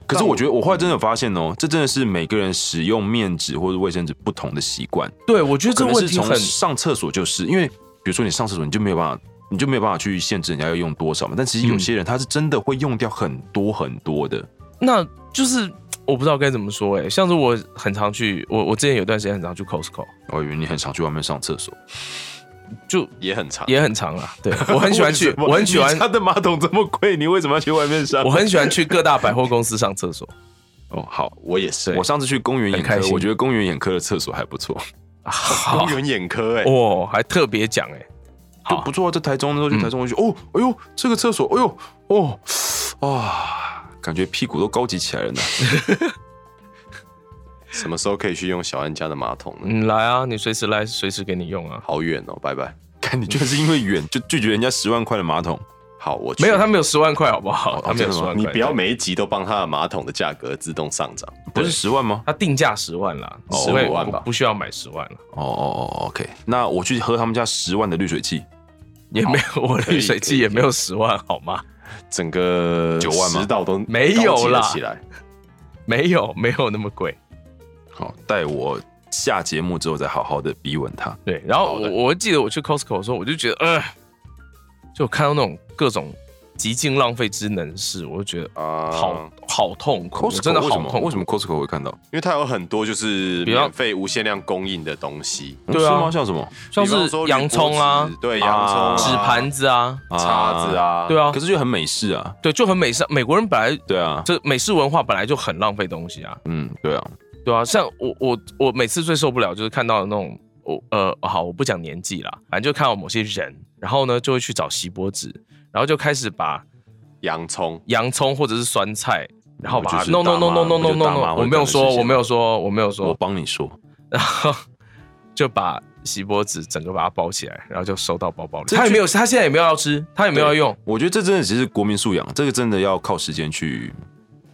Speaker 3: 可是我觉得，我后来真的有发现哦、这真的是每个人使用面纸或者卫生纸不同的习惯。
Speaker 4: 对我觉得这
Speaker 3: 可
Speaker 4: 个
Speaker 3: 能
Speaker 4: 问
Speaker 3: 是
Speaker 4: 题
Speaker 3: 从
Speaker 4: 很，
Speaker 3: 上厕所就是因为，比如说你上厕所，你就没有办法，你就没有办法去限制人家要用多少嘛。但其实有些人他是真的会用掉很多很多的，
Speaker 4: 那就是我不知道该怎么说、哎，像是我
Speaker 3: 哦
Speaker 4: 很常去，我我之前有段时间很常去 Costco，
Speaker 3: 我以为你很常去外面上厕所，
Speaker 4: 就
Speaker 5: 也很长，
Speaker 4: 也很长啦。对我很喜 欢去
Speaker 3: 为，什么
Speaker 4: 我很喜欢
Speaker 3: 你，家的马桶这么贵，你为什么要去外面上？
Speaker 4: 我很喜欢去各大百货公司上厕所。
Speaker 3: 哦，好，
Speaker 5: 我也是
Speaker 3: 我上次去公园眼
Speaker 4: 很
Speaker 3: 科
Speaker 4: 开，心
Speaker 3: 我觉得公园眼科的厕所还不错，
Speaker 4: 啊好
Speaker 5: 公园眼科哎、
Speaker 4: 哦，还特别讲哎，
Speaker 3: 就不错啊。在台中那时候去台中，我就觉得哦，哎呦，这个厕所，哎呦，哦，哇，感觉屁股都高级起来了呢。
Speaker 5: 什么时候可以去用小安家的马桶呢？
Speaker 4: 嗯，来啊，你随时来，随时给你用啊。
Speaker 5: 好远哦，拜拜。
Speaker 3: 看你就是因为远就拒绝人家十万块的马桶，
Speaker 5: 好，我去
Speaker 4: 没有，他没有十万块，好不好？
Speaker 3: 哦
Speaker 4: 他没有
Speaker 3: 真的
Speaker 4: 十
Speaker 3: 吗
Speaker 4: 万块，
Speaker 5: 你不要每一集都帮他的马桶的价格自动上涨。
Speaker 3: 不是十万吗？
Speaker 4: 他定价十万啦，
Speaker 5: 哦
Speaker 4: 不会
Speaker 5: 15万吧
Speaker 4: 不不需要买十万了，
Speaker 3: 哦哦哦，OK，那我去喝他们家十万的滤水器，
Speaker 4: 也没有我
Speaker 5: 可以
Speaker 4: 滤水
Speaker 5: 可
Speaker 4: 器
Speaker 5: 以
Speaker 4: 也没有十万，好吗？
Speaker 5: 整个
Speaker 3: 9万吗
Speaker 5: 食道都
Speaker 4: 没有
Speaker 5: 高级了
Speaker 4: 啦
Speaker 5: 起来。
Speaker 4: 没有，没有那么贵。
Speaker 3: 好，待我下节目之后再好好的逼问他。
Speaker 4: 对，然后
Speaker 3: 好的
Speaker 4: 我我记得我去 Costco 的时候，我就觉得，呃，就看到那种各种极尽浪费之能事，我就觉得
Speaker 5: 啊
Speaker 4: 好好痛苦，我
Speaker 3: Costco
Speaker 4: 真的好
Speaker 3: 为什么
Speaker 4: 痛苦
Speaker 3: 为。什么 Costco 会看到？
Speaker 5: 因为它有很多就是
Speaker 4: 比方
Speaker 5: 免费无限量供应的东西，
Speaker 4: 对啊
Speaker 3: 是吗？像什么？
Speaker 4: 像
Speaker 5: 比方
Speaker 4: 是
Speaker 5: 说铝箔
Speaker 4: 洋葱啊
Speaker 5: 纸、对，洋葱啊、
Speaker 3: 啊
Speaker 4: 纸盘子啊，
Speaker 5: 叉子啊，
Speaker 4: 对啊
Speaker 3: 可，是就很美式啊，
Speaker 4: 对，就很美式。美国人本来
Speaker 3: 对啊，
Speaker 4: 这美式文化本来就很浪费东西啊，
Speaker 3: 嗯，对啊，
Speaker 4: 对啊，像我我我每次最受不了就是看到那种我呃好我不讲年纪啦，反正就看到某些人，然后呢就会去找锡箔纸，然后就开始把
Speaker 5: 洋葱，
Speaker 4: 洋葱或者是酸菜，然后把它
Speaker 3: 就是
Speaker 4: no no
Speaker 3: 大
Speaker 4: no
Speaker 3: 妈
Speaker 4: no no no
Speaker 3: 就是
Speaker 4: no
Speaker 3: 大妈
Speaker 4: no，
Speaker 3: 会
Speaker 4: 我没有
Speaker 3: 干的
Speaker 4: 说
Speaker 3: 事情
Speaker 4: 我没有说我没有
Speaker 3: 我
Speaker 4: 说，
Speaker 3: 帮你说，
Speaker 4: 然后就把锡箔纸整个把它包起来，然后就收到包包里。
Speaker 3: 这
Speaker 4: 他也
Speaker 3: 就
Speaker 4: 没有，他现在也没有要吃，他也没有要用。
Speaker 3: 我觉得这真的只是国民素养，这个真的要靠时间去，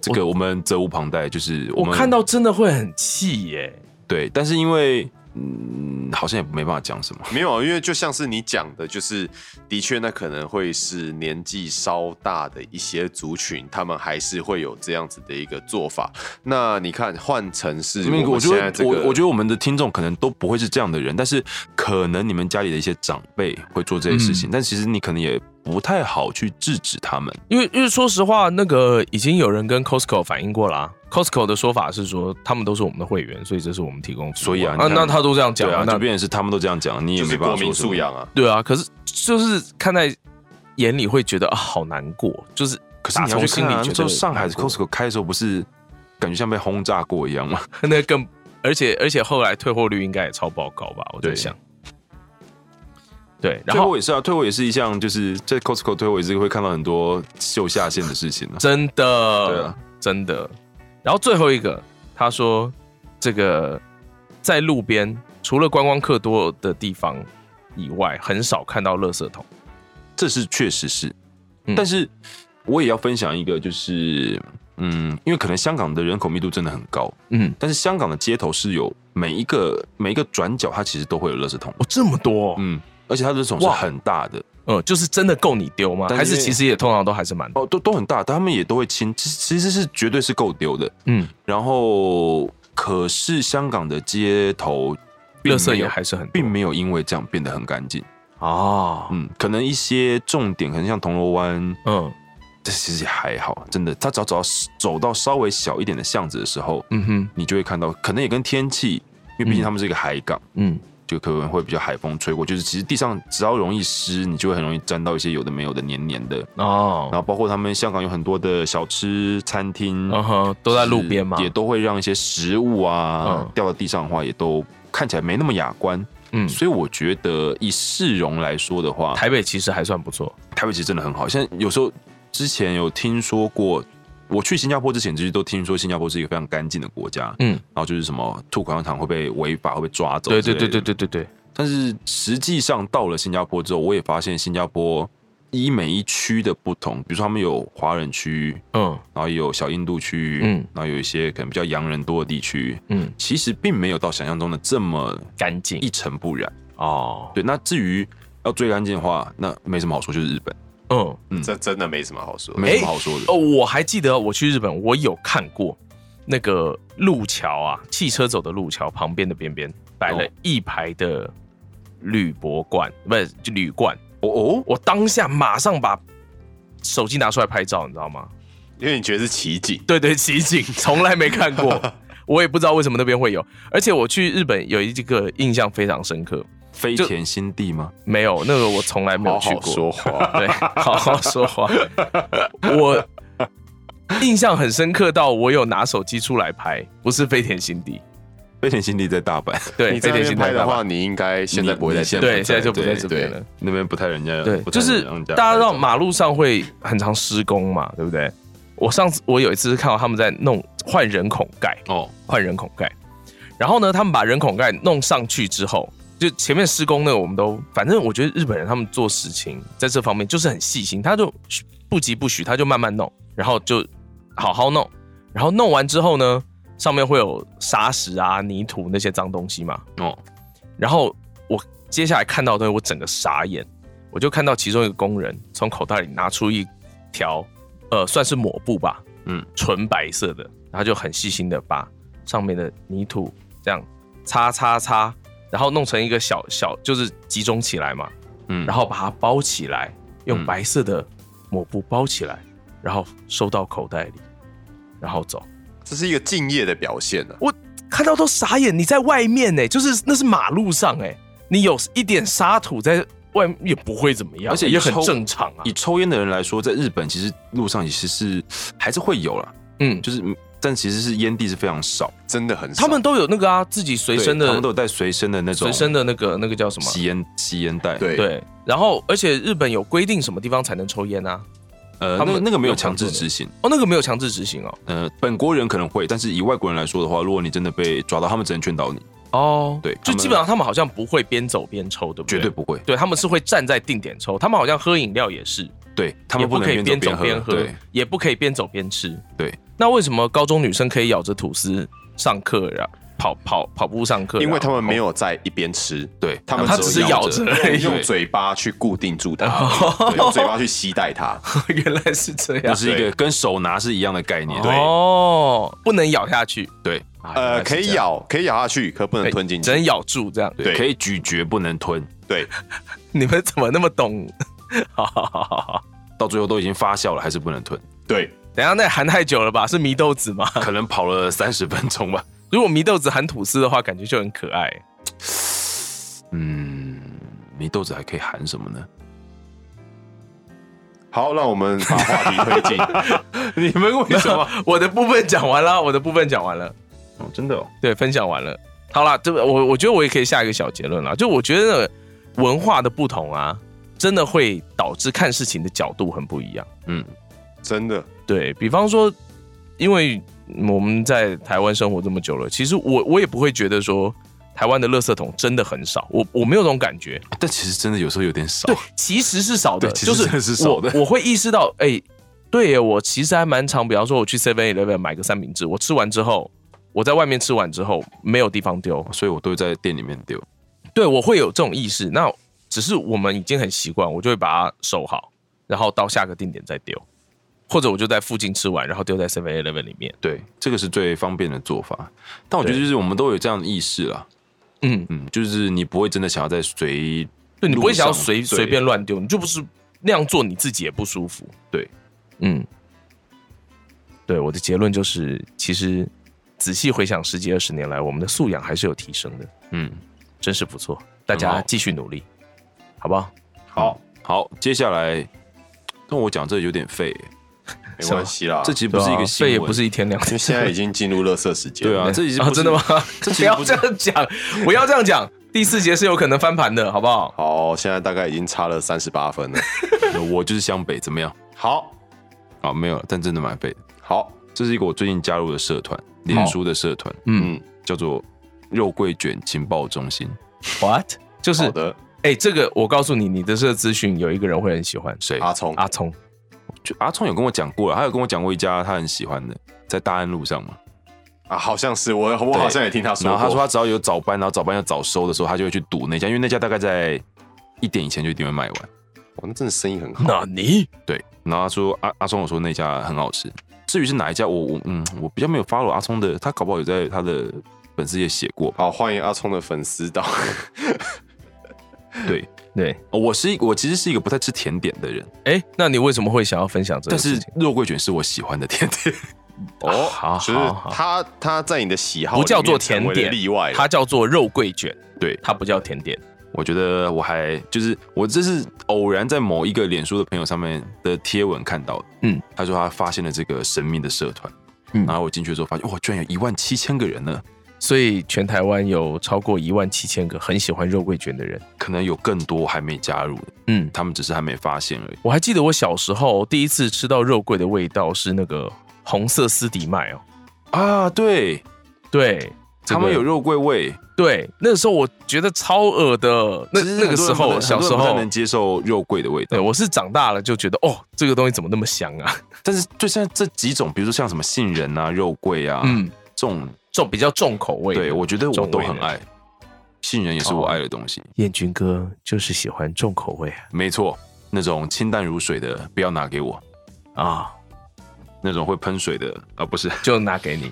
Speaker 3: 这个我们责无旁贷。就是我
Speaker 4: 我
Speaker 3: 们
Speaker 4: 看到真的会很气耶，
Speaker 3: 对，但是因为嗯，好像也没办法讲什么。
Speaker 5: 没有，因为就像是你讲的，就是的确那可能会是年纪稍大的一些族群，他们还是会有这样子的一个做法。那你看换成是
Speaker 3: 因为
Speaker 5: 我
Speaker 3: 我
Speaker 5: 们
Speaker 3: 觉
Speaker 5: 现在
Speaker 3: 得
Speaker 5: 这个，
Speaker 3: 我我觉得我们的听众可能都不会是这样的人，但是可能你们家里的一些长辈会做这些事
Speaker 4: 嗯
Speaker 3: 情，但其实你可能也不太好去制止他们。
Speaker 4: 因为因为说实话，那个已经有人跟 Costco 反映过啦、Costco 的说法是说，他们都是我们的会员，所以这是我们提供的服务。
Speaker 3: 所以啊
Speaker 4: 那
Speaker 3: 你看
Speaker 4: 那他都这样讲
Speaker 3: 对啊，
Speaker 4: 那
Speaker 3: 就变成是他们都这样讲，你也
Speaker 5: 就
Speaker 3: 没
Speaker 5: 是
Speaker 3: 办
Speaker 5: 国
Speaker 3: 法
Speaker 5: 民
Speaker 3: 说什么
Speaker 5: 素养。啊。
Speaker 4: 对啊，可是就是看在眼里会觉得啊，好难过，就是
Speaker 3: 可是你要去
Speaker 4: 心
Speaker 3: 看
Speaker 4: 里
Speaker 3: 啊，那
Speaker 4: 觉得
Speaker 3: 时候上海的
Speaker 4: 难过
Speaker 3: Costco 开的时候，不是感觉像被轰炸过一样吗？
Speaker 4: 那更，而且而且后来退货率应该也超爆高吧？我在
Speaker 3: 对
Speaker 4: 想。对，然
Speaker 3: 退货
Speaker 4: 后
Speaker 3: 也是啊，退货也是一项，就是在 Costco 退货也是会看到很多秀下限的事情啊。
Speaker 4: 真的，
Speaker 3: 对啊
Speaker 4: 真的。然后最后一个，他说这个在路边除了观光客多的地方以外，很少看到垃圾桶。
Speaker 3: 这是确实是，
Speaker 4: 嗯
Speaker 3: 但是我也要分享一个，就是嗯，因为可能香港的人口密度真的很高，
Speaker 4: 嗯，
Speaker 3: 但是香港的街头是有每一个每一个转角，它其实都会有垃圾桶，
Speaker 4: 哦，这么多、哦，
Speaker 3: 嗯，而且它的垃圾桶是
Speaker 4: 哇
Speaker 3: 很大的，
Speaker 4: 嗯，就是真的够你丢吗？
Speaker 3: 但是
Speaker 4: 还是
Speaker 3: 因为
Speaker 4: 其实也通常都还是蛮多，
Speaker 3: 哦，都都很大，但他们也都会清，其实其实是绝对是够丢的。
Speaker 4: 嗯，
Speaker 3: 然后，可是香港的街头并
Speaker 4: 垃圾
Speaker 3: 没
Speaker 4: 也
Speaker 3: 有
Speaker 4: 还是很多
Speaker 3: 并没有因为这样变得很干净。
Speaker 4: 哦，
Speaker 3: 嗯，可能一些重点，可能像铜锣湾，
Speaker 4: 嗯
Speaker 3: 这其实也还好，真的。他只要走到走到稍微小一点的巷子的时候，
Speaker 4: 嗯哼
Speaker 3: 你就会看到，可能也跟天气，因为毕竟
Speaker 4: 嗯
Speaker 3: 他们是一个海港，
Speaker 4: 嗯，
Speaker 3: 就可能会比较海风吹过，就是其实地上只要容易湿，你就会很容易沾到一些有的没有的黏黏的。然
Speaker 4: 哦，
Speaker 3: 后包括他们香港有很多的小吃餐厅，
Speaker 4: 嗯哼，都在路边嘛
Speaker 3: 也，都会让一些食物啊、
Speaker 4: 嗯
Speaker 3: 掉到地上的话，也都看起来没那么雅观。
Speaker 4: 嗯，
Speaker 3: 所以我觉得以市容来说的话，台
Speaker 4: 台北其实还算不错，
Speaker 3: 台北其实真的很好。像有时候之前有听说过，我去新加坡之前，其实都听说新加坡是一个非常干净的国家。
Speaker 4: 嗯
Speaker 3: 然后就是什么吐口香糖会被违法，会被抓走。
Speaker 4: 对对对对。对对对，
Speaker 3: 但是实际上到了新加坡之后，我也发现新加坡依每一区的不同，比如说他们有华人区，
Speaker 4: 嗯
Speaker 3: 然后也有小印度区，
Speaker 4: 嗯
Speaker 3: 嗯，然后有一些可能比较洋人多的地区，
Speaker 4: 嗯，
Speaker 3: 其实并没有到想象中的这么
Speaker 4: 干净
Speaker 3: 一尘不染。
Speaker 4: 哦，
Speaker 3: 对，那至于要最干净的话，那没什么好说，就是日本，
Speaker 4: 嗯。
Speaker 5: 这真的没什么好说的。
Speaker 3: 没什么好说的。
Speaker 4: 哦，我还记得我去日本，我有看过那个路桥啊，汽车走的路桥旁边的边边摆了
Speaker 3: 哦
Speaker 4: 一排的铝箔罐，不是就铝罐。
Speaker 3: 哦哦，
Speaker 4: 我当下马上把手机拿出来拍照，你知道吗？
Speaker 5: 因为你觉得是奇景，
Speaker 4: 对对，奇景从来没看 过，我也不知道为什么那边会有。而且我去日本有一个印象非常深刻，
Speaker 3: 飞
Speaker 4: 就
Speaker 3: 田新地吗？
Speaker 4: 没有，那个我从来没有
Speaker 5: 好
Speaker 4: 去
Speaker 5: 好
Speaker 4: 过。
Speaker 5: 说话。
Speaker 4: 哦对，好好说话。我印象很深刻到我有拿手机出来拍，不是飞田新地，
Speaker 3: 飞田新地在大阪
Speaker 4: 对，
Speaker 5: 你在
Speaker 4: 飞
Speaker 5: 那
Speaker 4: 田
Speaker 5: 边
Speaker 4: 新
Speaker 5: 拍
Speaker 4: 地
Speaker 5: 的
Speaker 4: 大阪
Speaker 5: 话，，你应该现在不会在这
Speaker 3: 你
Speaker 5: 边
Speaker 4: 对，
Speaker 3: 不在
Speaker 4: 现在就不在
Speaker 3: 对
Speaker 4: 这边了。
Speaker 3: 那边不太人家，
Speaker 5: 嗯
Speaker 4: 对，
Speaker 3: 不太
Speaker 4: 就是
Speaker 3: 让人
Speaker 4: 大家知道
Speaker 3: 拍照
Speaker 4: 马路上会很常施工嘛，对不对？我上次我有一次是看到他们在弄换人孔盖，
Speaker 3: 哦，
Speaker 4: 换人孔盖。然后呢，他们把人孔盖弄上去之后，就前面施工那个我们都，反正我觉得日本人他们做事情在这方面就是很细心，他就不急不徐，他就慢慢弄，然后就好好弄，然后弄完之后呢，上面会有沙石啊、泥土那些脏东西嘛。
Speaker 3: 哦，
Speaker 4: 然后我接下来看到的东西，我整个傻眼，我就看到其中一个工人从口袋里拿出一条，呃，算是抹布吧，
Speaker 3: 嗯，
Speaker 4: 纯白色的，然后就很细心的把上面的泥土这样擦擦擦，然后弄成一个小小，就是集中起来嘛，
Speaker 3: 嗯，
Speaker 4: 然后把它包起来，用
Speaker 3: 嗯
Speaker 4: 白色的抹布包起来，然后收到口袋里，然后走。
Speaker 5: 这是一个敬业的表现啊。
Speaker 4: 看到都傻眼。你在外面呢、欸就是那是马路上哎、你有一点沙土在外面也不会怎么样，
Speaker 3: 而且
Speaker 4: 也很
Speaker 3: 抽
Speaker 4: 正常啊
Speaker 3: 以。抽烟的人来说，在日本其实路上也是是还是会有啦，
Speaker 4: 嗯，
Speaker 3: 就是但其实是烟蒂是非常少，
Speaker 5: 真的很少。
Speaker 4: 他们都有那个啊，自己随
Speaker 3: 对
Speaker 4: 身
Speaker 3: 他
Speaker 4: 的
Speaker 3: 们都有带随身的那种
Speaker 4: 随身的那个那个叫什么？
Speaker 3: 吸烟吸烟袋，，
Speaker 5: 对
Speaker 4: 对。啊然后，而且日本有规定什么地方才能抽烟啊？
Speaker 3: 呃，那
Speaker 4: 他们
Speaker 3: 个那个没
Speaker 4: 没有
Speaker 3: 有强制
Speaker 4: 工作的
Speaker 3: 执行，
Speaker 4: 哦，那个没有强制执行哦。
Speaker 3: 呃，本国人可能会，但是以外国人来说的话，如果你真的被抓到，他们只能劝导你，
Speaker 4: 哦，
Speaker 3: 对
Speaker 4: 就
Speaker 3: 他们
Speaker 4: 基本上他们好像不会边走边抽，对不对？
Speaker 3: 绝对不会，
Speaker 4: 对，他们是会站在定点抽。他们好像喝饮料也是，
Speaker 3: 对他
Speaker 4: 也
Speaker 3: 们
Speaker 4: 不可以
Speaker 3: 边
Speaker 4: 走边
Speaker 3: 喝，对，
Speaker 4: 也不可以边走边吃。
Speaker 3: 对，
Speaker 4: 那为什么高中女生可以咬着吐司上课呀、跑跑跑步上课、
Speaker 5: 因为他们没
Speaker 4: 有，
Speaker 5: 有在一边吃，
Speaker 3: 对
Speaker 5: 他们
Speaker 4: 他只是咬着而已
Speaker 5: 用嘴巴去固定住它，对用嘴巴去吸带它。
Speaker 4: 原来是这
Speaker 3: 这
Speaker 4: 样。
Speaker 3: 是一个跟手拿是一样的概念，
Speaker 4: 哦，不能咬下去，
Speaker 3: 对，
Speaker 4: 哦
Speaker 5: 呃，可以咬，可以咬下去，可不能吞进
Speaker 4: 只
Speaker 5: 去。
Speaker 4: 能咬住这样。
Speaker 3: 对，
Speaker 5: 对
Speaker 3: 可以咀嚼不能吞，
Speaker 5: 对，
Speaker 4: 你们怎么那么懂？好好好好好，
Speaker 3: 到最后都已经发酵了，还是不能吞，
Speaker 5: 对，
Speaker 4: 等一下那含太久了吧？是祢豆子吗？
Speaker 3: 可能跑了三十分钟吧，
Speaker 4: 如果祢豆子含吐司的话，感觉就很可爱。
Speaker 3: 嗯，米豆子还可以含什么呢？
Speaker 5: 好，让我们把话题推进。
Speaker 3: 你们为什么？
Speaker 4: 我的部分讲完了，我的部分讲完了。
Speaker 3: 哦，真的、哦，
Speaker 4: 对，分享完了。好啦，这个我我觉得我也可以下一个小结论了，就我觉得文化的不同啊，真的会导致看事情的角度很不一样。
Speaker 3: 嗯，
Speaker 5: 真的，
Speaker 4: 对比方说，因为我们在台湾生活这么久了，其实我我也不会觉得说台湾的垃圾桶真的很少，我我没有这种感觉。
Speaker 3: 但其实真的有时候有点少
Speaker 4: 对，，其实是少的，
Speaker 3: 对其实
Speaker 4: 就
Speaker 3: 真的是少的
Speaker 4: 我我会意识到，哎、对耶，我其实还蛮常，比方说我去 Seven Eleven 买个三明治，我吃完之后，我在外面吃完之后没有地方丢，
Speaker 3: 所以我都会在店里面丢。
Speaker 4: 对，我会有这种意识。那只是我们已经很习惯，我就会把它收好，然后到下个定点再丢，或者我就在附近吃完，然后丢在 Seven Eleven 里面。
Speaker 3: 对，这个是最方便的做法。但我觉得
Speaker 4: 对
Speaker 3: 就是我们都有这样的意识啦，
Speaker 4: 嗯，
Speaker 3: 嗯，就是你不会真的想要在随
Speaker 4: 对你不会想要
Speaker 3: 路上
Speaker 4: 随
Speaker 3: 对
Speaker 4: 随便乱丢，你就不是那样做，你自己也不舒服。
Speaker 3: 对，
Speaker 4: 嗯，对，我的结论就是，其实仔细回想十几二十年来，我们的素养还是有提升的，
Speaker 3: 嗯。
Speaker 4: 真是不错。大
Speaker 3: 很
Speaker 4: 家
Speaker 3: 好
Speaker 4: 继续努力，好不好？
Speaker 5: 好，
Speaker 3: 好，接下来跟我讲这有点废耶，
Speaker 5: 没关系啦。
Speaker 3: 这其实不是一
Speaker 4: 对
Speaker 3: 个
Speaker 4: 啊
Speaker 3: 新闻，
Speaker 4: 这也不是一天两
Speaker 5: 因
Speaker 4: 天
Speaker 5: 为。现在已经进入垃圾时间。
Speaker 3: 对啊， 这已经
Speaker 4: 啊，
Speaker 3: 不是
Speaker 4: 真的吗？？
Speaker 3: 这其
Speaker 4: 不
Speaker 3: 实
Speaker 4: 要
Speaker 3: 不
Speaker 4: 这
Speaker 3: 是
Speaker 4: 样讲，不要这样讲。第四节是有可能翻盘的，好不好？
Speaker 5: 好，现在大概已经差了三十八分了。
Speaker 3: 我就是湘北，怎么样？
Speaker 5: 好，
Speaker 3: 啊，没有了，但真的蛮废的。
Speaker 5: 好，
Speaker 3: 这是一个我最近加入的社团，脸书的社团，
Speaker 4: 嗯
Speaker 3: 叫做肉桂卷情报中心。
Speaker 4: ，What？就是
Speaker 5: 好的，
Speaker 4: 哎、这个我告诉你，你的这个资讯有一个人会很喜欢，
Speaker 3: 谁？
Speaker 5: 阿聪，
Speaker 4: 阿聪。
Speaker 3: 就阿聪有跟我讲过了，他有跟我讲过一家他很喜欢的，在大安路上嘛。
Speaker 5: 啊，好像是我，我好像也听他说
Speaker 3: 然
Speaker 5: 过。
Speaker 3: 后他说他只要有早班，然后早班要早收的时候，他就会去赌那家，因为那家大概在一点以前就一定会卖完。
Speaker 5: 哇，那真的生意很好。
Speaker 4: 那你
Speaker 3: 对，然后他说阿阿松有说那家很好吃，至于是哪一家，我我嗯我比较没有 follow 阿松的，他搞不好有在他的粉丝页写过吧。
Speaker 5: 好，欢迎阿聪的粉丝到。
Speaker 3: 对，
Speaker 4: 对，
Speaker 3: 我是一我其实是一个不太吃甜点的人，
Speaker 4: 哎、那你为什么会想要分享这个
Speaker 3: 但
Speaker 4: 事
Speaker 3: 是
Speaker 4: 情？
Speaker 3: 肉桂卷是我喜欢的甜点。
Speaker 5: 哦，
Speaker 4: 好
Speaker 5: 就是
Speaker 4: 好好
Speaker 5: 他他在你的喜好
Speaker 4: 不叫
Speaker 5: 里
Speaker 4: 做
Speaker 5: 面成
Speaker 4: 甜
Speaker 5: 为了
Speaker 4: 点
Speaker 5: 例外了，
Speaker 4: 它叫做肉桂卷，
Speaker 3: 对
Speaker 4: 它不叫甜点。
Speaker 3: 我觉得我还就是我这是偶然在某一个脸书的朋友上面的贴文看到的，
Speaker 4: 嗯，
Speaker 3: 他说他发现了这个神秘的社团，
Speaker 4: 嗯
Speaker 3: 然后我进去之后发现，哇，居然有一万七千个人呢，
Speaker 4: 所以全台湾有超过一万七千个很喜欢肉桂卷的人。
Speaker 3: 可能有更多还没加入的，
Speaker 4: 嗯，
Speaker 3: 他们只是还没发现而已。
Speaker 4: 我还记得我小时候第一次吃到肉桂的味道是那个红色丝底麦哦，
Speaker 3: 啊，对
Speaker 4: 对，这
Speaker 3: 他
Speaker 4: 个
Speaker 3: 们有肉桂味，
Speaker 4: 对，那个时候我觉得超恶的，那
Speaker 3: 其实
Speaker 4: 那个时
Speaker 3: 很多人
Speaker 4: 候
Speaker 3: 不太
Speaker 4: 小
Speaker 3: 很多
Speaker 4: 时
Speaker 3: 人不太
Speaker 4: 候嗯
Speaker 3: 能，接受肉桂的味
Speaker 4: 对
Speaker 3: 道，
Speaker 4: 我是长大了就觉得哦，这个东西怎么那么香啊？
Speaker 3: 但是就像这几种，比如说像什么杏仁啊、肉桂啊，
Speaker 4: 嗯，
Speaker 3: 这种
Speaker 4: 重比较重口味的。
Speaker 3: 对我觉得我
Speaker 4: 重
Speaker 3: 都
Speaker 4: 味
Speaker 3: 很
Speaker 4: 的
Speaker 3: 爱，杏仁也是我爱的东西，
Speaker 4: 燕军哥就是喜欢重口味啊
Speaker 3: 没错，那种清淡如水的不要拿给我，
Speaker 4: 啊，
Speaker 3: 那种会喷水的啊，不是
Speaker 4: 就拿给你。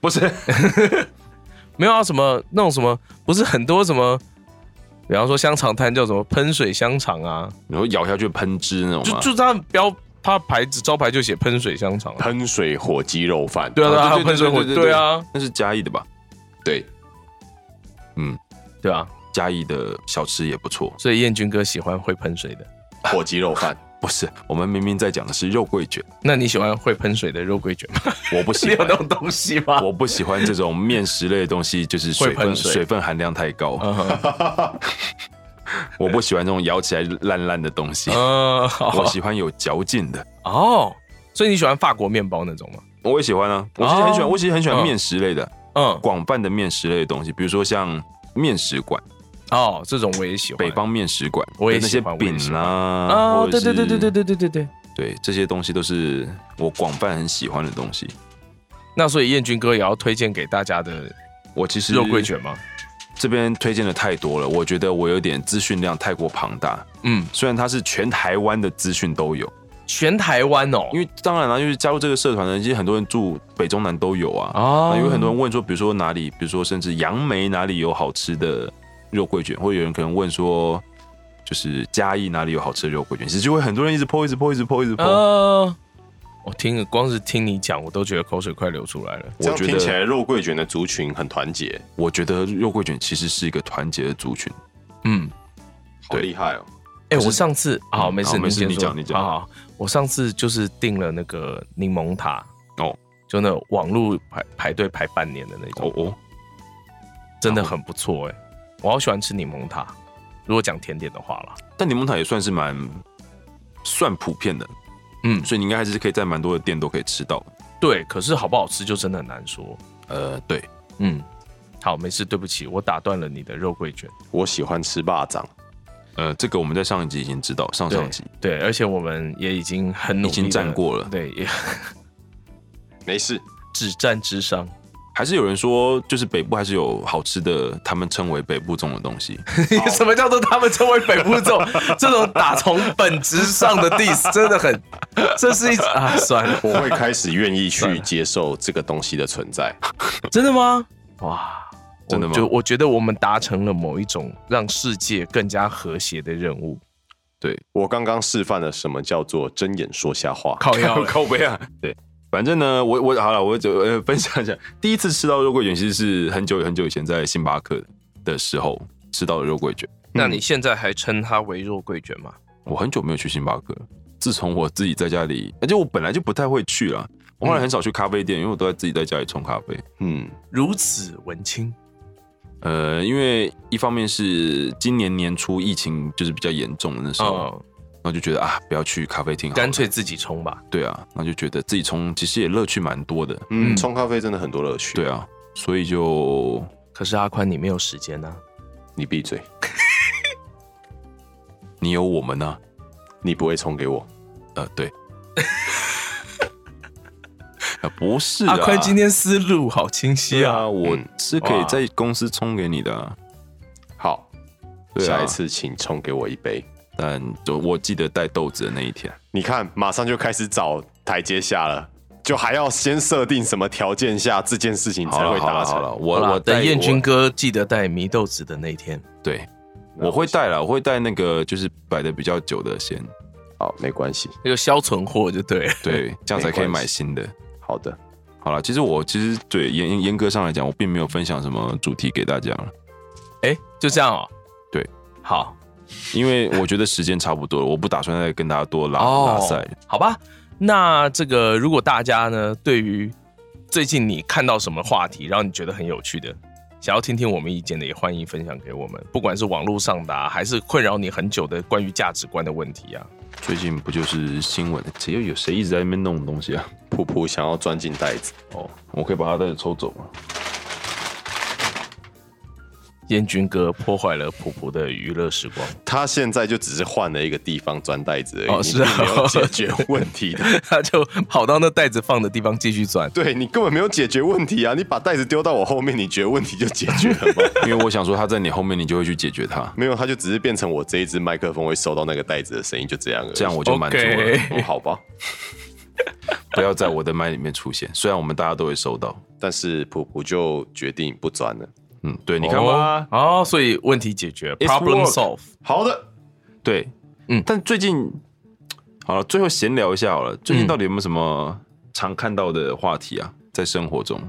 Speaker 3: 不是，
Speaker 4: 没有啊，什么那种什么，不是很多什么，比方说香肠摊叫什么喷水香肠啊，
Speaker 3: 然后咬下去喷汁那种
Speaker 4: 就
Speaker 3: 吗？
Speaker 4: 就他们标他牌子招牌就写喷水香肠、啊，
Speaker 5: 喷水火鸡肉饭，
Speaker 4: 对啊，对啊，
Speaker 3: 啊
Speaker 4: 还
Speaker 3: 对
Speaker 4: 有喷水火，
Speaker 3: 对对对对
Speaker 4: 对啊，
Speaker 3: 那是嘉义的吧？
Speaker 5: 对，
Speaker 4: 对啊，
Speaker 3: 嘉义的小吃也不错，
Speaker 4: 所以燕军哥喜欢会喷水的，
Speaker 5: 火鸡肉饭，
Speaker 4: 啊
Speaker 3: 不是？我们明明在讲的是肉桂卷，
Speaker 4: 那你喜欢会喷水的肉桂卷吗？
Speaker 3: 我不
Speaker 4: 你
Speaker 3: 喜
Speaker 4: 有
Speaker 3: 欢
Speaker 4: 那。种东西吗？
Speaker 3: 我不喜欢这种面食类的东西，就是水
Speaker 4: 会
Speaker 3: 分
Speaker 4: 喷水
Speaker 3: 水分含量太高。
Speaker 4: 嗯哼
Speaker 3: 我不喜欢这种咬起来烂烂的东西，
Speaker 4: 嗯，
Speaker 3: 我
Speaker 4: 好
Speaker 3: 喜欢有嚼劲的。
Speaker 4: 哦，所以你喜欢法国面包那种吗？
Speaker 3: 我也喜欢啊，我其实很喜欢，
Speaker 4: 哦
Speaker 3: 我其实很喜欢
Speaker 4: 嗯
Speaker 3: 面食类的，
Speaker 4: 嗯，
Speaker 3: 广泛的面食类的东西，比如说像面食馆、
Speaker 4: 哦，这种我也喜欢。
Speaker 3: 北方面食馆，
Speaker 4: 我也
Speaker 3: 那
Speaker 4: 喜
Speaker 3: 些
Speaker 4: 欢我也喜
Speaker 3: 饼
Speaker 4: 欢
Speaker 3: 啊，
Speaker 4: 啊，
Speaker 3: 或者
Speaker 4: 对对
Speaker 3: 是
Speaker 4: 对对对对对对对。
Speaker 3: 对，这些东西都是我广泛很喜欢的东西。
Speaker 4: 那所以燕军哥也要推荐给大家的
Speaker 3: 我其实
Speaker 4: 肉桂卷吗？
Speaker 3: 这边推荐的太多了，我觉得我有点资讯量太过庞大。
Speaker 4: 嗯，
Speaker 3: 虽然它是全台湾的资讯都有，
Speaker 4: 全台湾哦，
Speaker 3: 因为当然啦，就是加入这个社团的，其实很多人住北中南都有啊。
Speaker 4: 哦
Speaker 3: 啊，有很多人问说，比如说哪里，比如说甚至杨梅哪里有好吃的肉桂卷，或者有人可能问说，就是嘉义哪里有好吃的肉桂卷，其实就会很多人一直 po 一直 po 一直 po 一直 po，、
Speaker 4: 呃，我听了光是听你讲，我都觉得口水快流出来了。
Speaker 5: 这
Speaker 3: 我
Speaker 5: 样
Speaker 3: 觉
Speaker 5: 听起
Speaker 3: 得，
Speaker 5: 来肉桂卷的族群很团结，
Speaker 3: 我觉得肉桂卷其实是一个团结的族群。
Speaker 4: 嗯，
Speaker 5: 好厉害哦！
Speaker 4: 哎、我上次啊，好没
Speaker 3: 嗯
Speaker 4: 事，
Speaker 3: 好没事
Speaker 4: 先
Speaker 3: 你
Speaker 4: 说
Speaker 3: 讲你讲
Speaker 4: 好好，我上次就是订了那个柠檬塔
Speaker 3: 哦，
Speaker 4: 就那网路排排队排半年的那种，
Speaker 3: 哦哦，
Speaker 4: 真的很不错哎、我好喜欢吃柠檬塔。如果讲甜点的话啦，
Speaker 3: 但柠檬塔也算是蛮算普遍的，
Speaker 4: 嗯，
Speaker 3: 所以你应该还是可以在蛮多的店都可以吃到。
Speaker 4: 对，可是好不好吃就真的很难说。
Speaker 3: 呃，对，
Speaker 4: 嗯，好，没事，对不起，我打断了你的肉桂卷。
Speaker 5: 我喜欢吃霸掌，
Speaker 3: 呃，这个我们在上一集已经知道，上上集
Speaker 4: 对，而且我们也已经很努
Speaker 3: 已
Speaker 4: 力，
Speaker 3: 经战，过了。
Speaker 4: 对，也
Speaker 5: 没事，
Speaker 4: 只战之 伤。
Speaker 3: 还是有人说，就是北部还是有好吃的，他们称为北部粽的东西。
Speaker 4: 什么叫做他们称为北部粽？ 这种打从本质上的 diss 真的很，这是 一啊，算了，
Speaker 5: 我 会开始愿意去接受这个东西的存在。
Speaker 4: 真的吗？哇，
Speaker 3: 真的吗
Speaker 4: 我就我觉得我们达成了某一种让世界更加和谐的任务。
Speaker 5: 我刚刚示范了什么叫做睁眼说瞎话。
Speaker 4: 靠腰嘞，
Speaker 3: 靠背啊，对。反正呢，我我好了，我就呃分享一下，第一次吃到肉桂卷，其实是很久很久以前在星巴克的时候吃到的肉桂卷。
Speaker 4: 那你现在还称它为肉桂卷吗？
Speaker 3: 我很久没有去星巴克了，自从我自己在家里，而且我本来就不太会去啦，我后来很少去咖啡店，因为我都在自己在家里冲咖啡。
Speaker 5: 嗯，
Speaker 4: 如此文青，
Speaker 3: 呃，因为一方面是今年年初疫情就是比较严重的那时候，
Speaker 4: 嗯，
Speaker 3: 然后就觉得啊，不要去咖啡厅好了，
Speaker 4: 干脆自己冲吧。
Speaker 3: 对啊，那就觉得自己冲其实也乐趣蛮多的，
Speaker 5: 嗯，
Speaker 4: 嗯
Speaker 5: 冲咖啡真的很多乐趣。
Speaker 3: 对，啊，所以就
Speaker 4: 可是阿宽，你没有时间啊呢、
Speaker 5: 你闭嘴，
Speaker 3: 你有我们呢、啊，
Speaker 5: 你不会冲给我。
Speaker 3: 呃，对， 啊不是啊
Speaker 4: 阿宽今天思路好清晰
Speaker 3: 对
Speaker 4: 啊！
Speaker 3: 啊，我
Speaker 5: 嗯
Speaker 3: 是可以
Speaker 4: 哇
Speaker 3: 在公司冲给你的、啊，
Speaker 5: 好，
Speaker 3: 对啊
Speaker 5: 下一次请冲给我一杯。
Speaker 3: 但就我记得带豆子的那一天。
Speaker 5: 你看，马上就开始找台阶下了，就还要先设定什么条件下这件事情才
Speaker 3: 好了
Speaker 5: 会
Speaker 3: 好
Speaker 5: 达
Speaker 3: 了
Speaker 5: 成。
Speaker 3: 好了，
Speaker 4: 好啦
Speaker 3: 我我带
Speaker 4: 等燕
Speaker 3: 我
Speaker 4: 军哥记得带祢豆子的那一天。
Speaker 3: 对，
Speaker 5: 那
Speaker 3: 我会
Speaker 5: 行
Speaker 3: 带了，我会带那个就是摆的比较久的先，
Speaker 5: 好， 没关系。
Speaker 4: 那个消存货就 对了。
Speaker 3: 对，这样才可以
Speaker 5: 没关系
Speaker 3: 买新的。
Speaker 5: 好的，
Speaker 3: 好了，其实我其实对严严格上来讲，我并没有分享什么主题给大家了。
Speaker 4: 哎、就这样哦、
Speaker 3: 对，
Speaker 4: 好
Speaker 3: 因为我觉得时间差不多了，我不打算再跟大家多 拉、
Speaker 4: 哦
Speaker 3: 拉塞了。
Speaker 4: 好吧。那这个如果大家呢，对于最近你看到什么话题，让你觉得很有趣的，想要听听我们意见的，也欢迎分享给我们。不管是网络上的、啊，还是困扰你很久的关于价值观的问题啊，
Speaker 3: 最近不就是新闻，只有有谁一直在那边弄东西啊？
Speaker 5: 噗噗想要钻进袋子，
Speaker 3: 哦，我可以把它袋子抽走吗？
Speaker 4: 燕军哥破坏了普普的娱乐时光，
Speaker 5: 他现在就只是换了一个地方钻袋子而已，
Speaker 4: 哦
Speaker 5: 你
Speaker 4: 是啊
Speaker 5: 并没有解决问题的。
Speaker 4: 他就跑到那袋子放的地方继续钻。
Speaker 5: 对你根本没有解决问题啊！你把袋子丢到我后面，你觉得问题就解决了吗？
Speaker 3: 因为我想说他在你后面，你就会去解决它，
Speaker 5: 没有，它就只是变成我这一只麦克风会收到那个袋子的声音，就这样而已。
Speaker 3: 这样我就满足了。
Speaker 4: OK
Speaker 5: 哦好吧，
Speaker 3: 不要在我的麦里面出现，虽然我们大家都会收到。
Speaker 5: 但是普普就决定不钻了。
Speaker 3: 嗯，对，你看吧，
Speaker 4: 哦，哦，所以问题解决
Speaker 3: It's
Speaker 4: ，problem
Speaker 3: work
Speaker 4: solve。
Speaker 5: 好的，
Speaker 3: 对，
Speaker 4: 嗯
Speaker 3: 嗯，但最近好了，最后闲聊一下好了，最
Speaker 4: 嗯
Speaker 3: 近到底有没有什么常看到的话题啊？在生活中，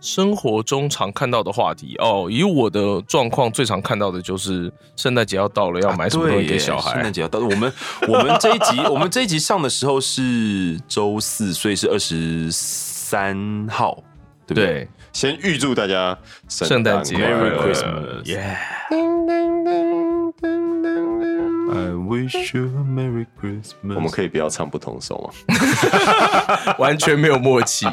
Speaker 4: 生活中常看到的话题哦，以我的状况最常看到的就是圣诞节要到了，要买什么东
Speaker 3: 啊对
Speaker 4: 西给
Speaker 3: 耶
Speaker 4: 小孩
Speaker 3: 圣。诞节要到，我们我们这一集 我们这一集上的时候是周四，所以是二十三号，对不对？
Speaker 4: 对，
Speaker 5: 先预祝大家
Speaker 4: 圣诞节
Speaker 5: 快乐
Speaker 3: Merry Christmas
Speaker 4: Yeah
Speaker 3: I wish you a Merry Christmas。
Speaker 5: 我们可以不要唱不同手吗？
Speaker 4: 完全没有默契。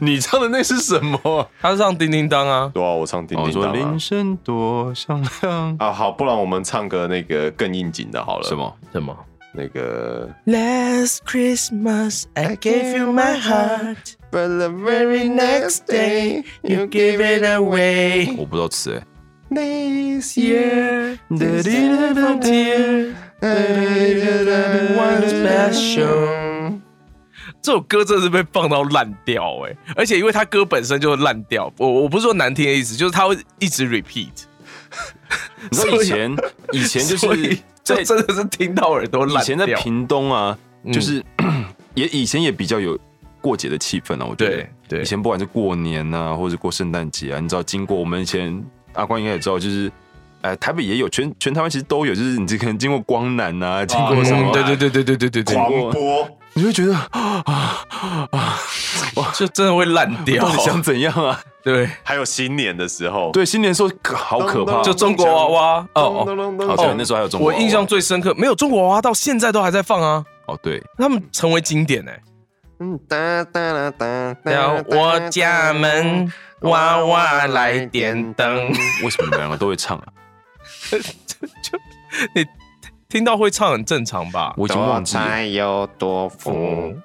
Speaker 3: 你唱的那是什么？
Speaker 4: 他是上叮叮当啊，
Speaker 5: 对啊，我唱叮
Speaker 3: 我哦
Speaker 5: 叮
Speaker 3: 说
Speaker 5: 当
Speaker 3: 铃
Speaker 5: 啊
Speaker 3: 声多响亮。
Speaker 5: 啊。好，不然我们唱个那个更应景的好了。
Speaker 3: 什？么？
Speaker 4: 什么
Speaker 5: 那个
Speaker 4: ？Last Christmas I gave you my heart,
Speaker 5: But the
Speaker 4: very next day you gave it away.
Speaker 3: 我不知道词哎、
Speaker 5: This
Speaker 4: Yeah, the little tear, one special. 这首歌真的是被放到烂掉哎、而且因为他歌本身就烂掉，我我不是说难听的意思，就是他会一直 repeat，
Speaker 3: 你知道以前以前就
Speaker 4: 所
Speaker 3: 是
Speaker 4: 以
Speaker 3: 在
Speaker 4: 就真的是听到耳朵烂
Speaker 3: 以前在
Speaker 4: 掉。嗯
Speaker 3: 屏东啊，就是、 也以前也比较有过节的气氛啊，我觉得
Speaker 4: 对。对
Speaker 3: 以前不管是过年啊，或者是过圣诞节啊，你知道，经过我们以前阿光应该也知道，就是。呃，台北也有，全全台湾其实都有，就是你这可能经过光南啊，经过什么、
Speaker 4: 嗯对对，对对对对对对，
Speaker 5: 狂播，
Speaker 3: 你会觉得啊
Speaker 4: 就真的会烂掉
Speaker 3: 到。底想怎样啊？
Speaker 4: 对，
Speaker 5: 还有新年的时候，
Speaker 3: 对，新年的时候可好可怕，
Speaker 4: 就中国娃娃哦哦，
Speaker 5: 哦
Speaker 3: 好
Speaker 5: 好
Speaker 3: 可
Speaker 4: 哦
Speaker 3: 能那时候还有哦中国
Speaker 4: 我
Speaker 3: 娃娃
Speaker 4: 印象最深刻，没有中国娃娃到现在都还在放啊，
Speaker 3: 哦，对，
Speaker 4: 他们成为经典哎、
Speaker 5: 嗯哒哒啦哒哒
Speaker 3: 啊
Speaker 4: 然后我家门娃娃来点灯，
Speaker 3: 为什么你们两个都会唱啊？
Speaker 4: 听到会唱很正常吧？
Speaker 3: 我已经忘记了，
Speaker 5: 有多福。
Speaker 3: 嗯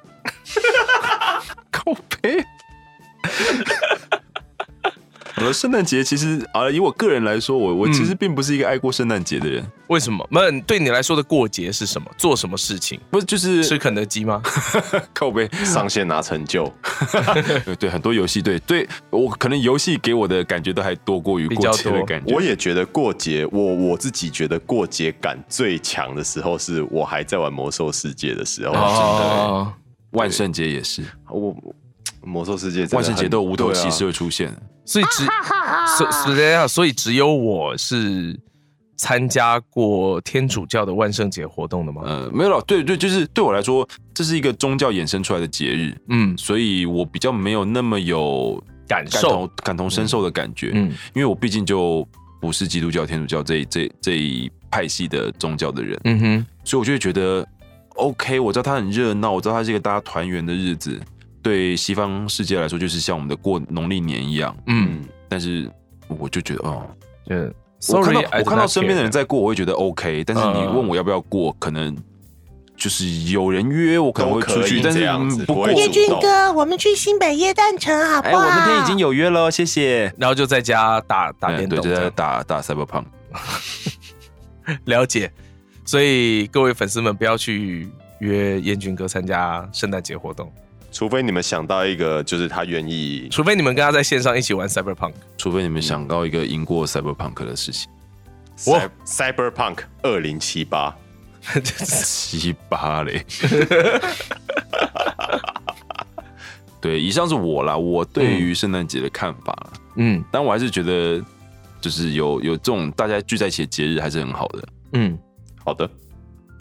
Speaker 3: 靠背。 好了，圣诞节其实啊，以我个人来说，我我其实并不是一个爱过圣诞节的人，
Speaker 4: 为什么？那对你来说的过节是什么？做什么事情？
Speaker 3: 不是就是
Speaker 4: 吃肯德基吗？
Speaker 3: 靠背。
Speaker 5: 上线拿成就，
Speaker 3: 对对，很多游戏，对对，我可能游戏给我的感觉都还多过于
Speaker 4: 比
Speaker 3: 过
Speaker 4: 较
Speaker 3: 节的
Speaker 4: 多
Speaker 3: 感觉。
Speaker 5: 我也觉得过节，我我自己觉得过节感最强的时候，是我还在玩魔兽世界的时候。真的，欸
Speaker 4: 哦，
Speaker 3: 万圣节也是，
Speaker 5: 我魔兽世界真的
Speaker 3: 万圣节都有
Speaker 5: 很
Speaker 3: 无头
Speaker 5: 对啊
Speaker 3: 骑士会出现。
Speaker 4: 所以只所所以等一下所以只有我是参加过天主教的万圣节活动的吗？
Speaker 3: 呃，没有了，对对，就是对我来说，这是一个宗教衍生出来的节日，
Speaker 4: 嗯，
Speaker 3: 所以我比较没有那么有
Speaker 4: 感
Speaker 3: 感
Speaker 4: 受
Speaker 3: 同，感同身受的感觉。
Speaker 4: 嗯
Speaker 3: 因为我毕竟就不是基督教、天主教这一这这一派系的宗教的人，
Speaker 4: 嗯哼，
Speaker 3: 所以我就会觉得 OK，我知道它很热闹，我知道它是一个大家团圆的日子。对西方世界来说，就是像我们的过农历年一样，
Speaker 4: 嗯，
Speaker 5: 嗯，
Speaker 3: 但是我就觉得哦，
Speaker 4: 就
Speaker 3: 我看
Speaker 4: sorry，
Speaker 3: 到
Speaker 4: I
Speaker 3: 我
Speaker 4: do
Speaker 3: 看到
Speaker 4: not
Speaker 3: 身边的
Speaker 4: care
Speaker 3: 人在过，我会觉得 OK，但是你
Speaker 4: 嗯
Speaker 3: 问我要不要过，可能就是有人约我可能会出
Speaker 5: 都可以
Speaker 3: 去，但
Speaker 5: 这
Speaker 3: 是
Speaker 5: 样
Speaker 3: 嗯
Speaker 5: 子
Speaker 3: 不
Speaker 5: 不
Speaker 3: 过
Speaker 5: 会
Speaker 6: 叶
Speaker 5: 主
Speaker 6: 俊
Speaker 5: 动
Speaker 6: 哥，我们去新北耶诞城好不
Speaker 3: 哎，
Speaker 6: 好？
Speaker 3: 我明天已经有约了，谢谢。
Speaker 4: 然后就在家打打
Speaker 3: 嗯
Speaker 4: 电
Speaker 3: 对，
Speaker 4: 动
Speaker 3: 就
Speaker 4: 这
Speaker 3: 在
Speaker 4: 样，
Speaker 3: 打打 Cyberpunk。
Speaker 4: 了解。所以各位粉丝们不要去约燕军哥参加圣诞节活动，
Speaker 5: 除非你们想到一个，就是他愿意
Speaker 4: 除非你们跟他在线上一起玩 Cyberpunk。
Speaker 3: 除非你们想到一个赢过 Cyberpunk 的事情，
Speaker 5: Cy- Cyberpunk 二零七八，
Speaker 3: 七八嘞。 对，以上是我啦，我对于圣诞节的看法啦，
Speaker 4: 嗯
Speaker 3: 但我还是觉得就是有有这种大家聚在一起的节日还是很好的。
Speaker 4: 嗯，
Speaker 5: 好的，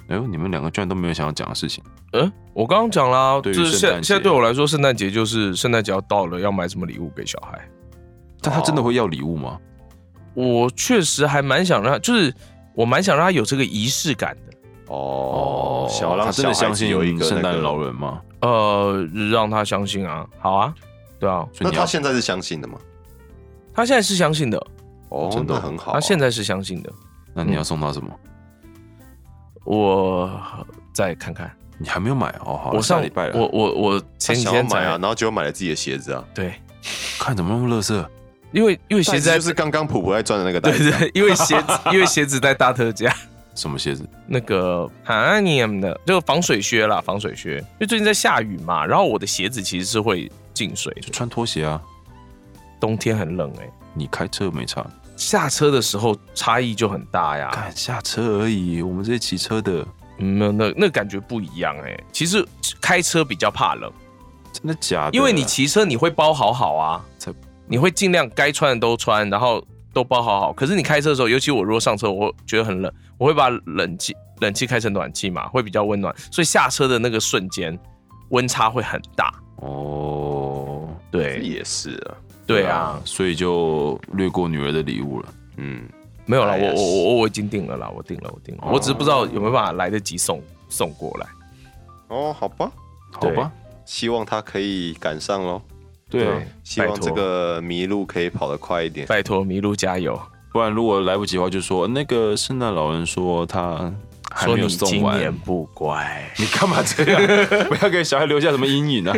Speaker 3: 哎呦，你们两个居然都没有想要讲的事情，
Speaker 4: 呃，我刚刚讲啦，
Speaker 3: 对于
Speaker 4: 就是
Speaker 3: 圣
Speaker 4: 现
Speaker 3: 诞节
Speaker 4: 现在对我来说，圣诞节就是圣诞节要到了，要买什么礼物给小孩。
Speaker 3: 但他真的会要礼物吗？
Speaker 4: 我确实还蛮想让，就是我蛮想让他有这个仪式感的。
Speaker 5: 哦，想要
Speaker 3: 他
Speaker 5: 让
Speaker 3: 真的
Speaker 5: 小孩
Speaker 3: 相
Speaker 5: 子
Speaker 3: 信
Speaker 5: 有一个
Speaker 3: 圣
Speaker 5: 那
Speaker 3: 诞
Speaker 5: 个
Speaker 3: 老。人吗？
Speaker 4: 呃，让他相信啊，好啊，对啊，
Speaker 3: 所以
Speaker 5: 那
Speaker 3: 你要
Speaker 5: 他现在是相信的吗？
Speaker 4: 他现在是相信的，
Speaker 5: 哦，
Speaker 3: 真的
Speaker 5: 那很好啊。
Speaker 4: 他现在是相信的。
Speaker 3: 那你要送他什么？
Speaker 4: 我再看看，
Speaker 3: 你还没有买哦，好，
Speaker 4: 我
Speaker 3: 下
Speaker 4: 上啊
Speaker 3: 礼拜了。
Speaker 4: 我我我
Speaker 5: 他
Speaker 4: 前几
Speaker 5: 想要买
Speaker 4: 天才
Speaker 5: 啊，然后结果买了自己的鞋子啊，
Speaker 4: 对，
Speaker 3: 看怎么那么乐色，
Speaker 4: 因为因为
Speaker 5: 鞋
Speaker 4: 鞋
Speaker 5: 子
Speaker 4: 子 在
Speaker 5: 就是刚刚普普在转的那个袋
Speaker 4: 对
Speaker 5: 子啊。
Speaker 4: 对，因为鞋子因为鞋子在大特价，
Speaker 3: 什么鞋子？
Speaker 4: 那个 Hanium 的就防水靴啦，防水靴，因为最近在下雨嘛，然后我的鞋子其实是会进水的，
Speaker 3: 就穿拖鞋啊！
Speaker 4: 冬天很冷哎、
Speaker 3: 你开车又没差，
Speaker 4: 下车的时候差异就很大呀。
Speaker 3: 看下车而已。我们这些骑车的，
Speaker 4: 嗯，那那那感觉不一样哎、其实开车比较怕冷，
Speaker 3: 真的假的？
Speaker 4: 因为你骑车你会包好好啊
Speaker 3: 才，
Speaker 4: 你会尽量该穿的都穿，然后都包好好。可是你开车的时候，尤其我如果上车，我会觉得很冷，我会把冷气冷气开成暖气嘛，会比较温暖，所以下车的那个瞬间温差会很大。
Speaker 3: 哦，
Speaker 4: 对
Speaker 5: 也是啊，
Speaker 4: 对啊，，
Speaker 3: 所以就略过女儿的礼物了。
Speaker 5: 嗯，
Speaker 4: 没有啦，
Speaker 5: 哎呀
Speaker 4: 我我我我已经定了啦，我定了，我定了，我只是不知道有没有办法来得及送送过来。
Speaker 5: 哦，好吧，
Speaker 3: 好吧，
Speaker 5: 希望他可以赶上喽，
Speaker 3: 对啊，
Speaker 5: 希望这个麋鹿可以跑得快一点。
Speaker 4: 拜托麋鹿加油，
Speaker 3: 不然如果来不及的话，就说呃那个圣诞老人说他还
Speaker 4: 说
Speaker 3: 没
Speaker 4: 你
Speaker 3: 有送
Speaker 4: 今
Speaker 3: 完。
Speaker 4: 年不乖。
Speaker 3: 你干嘛这样？不要给小孩留下什么阴 影啊！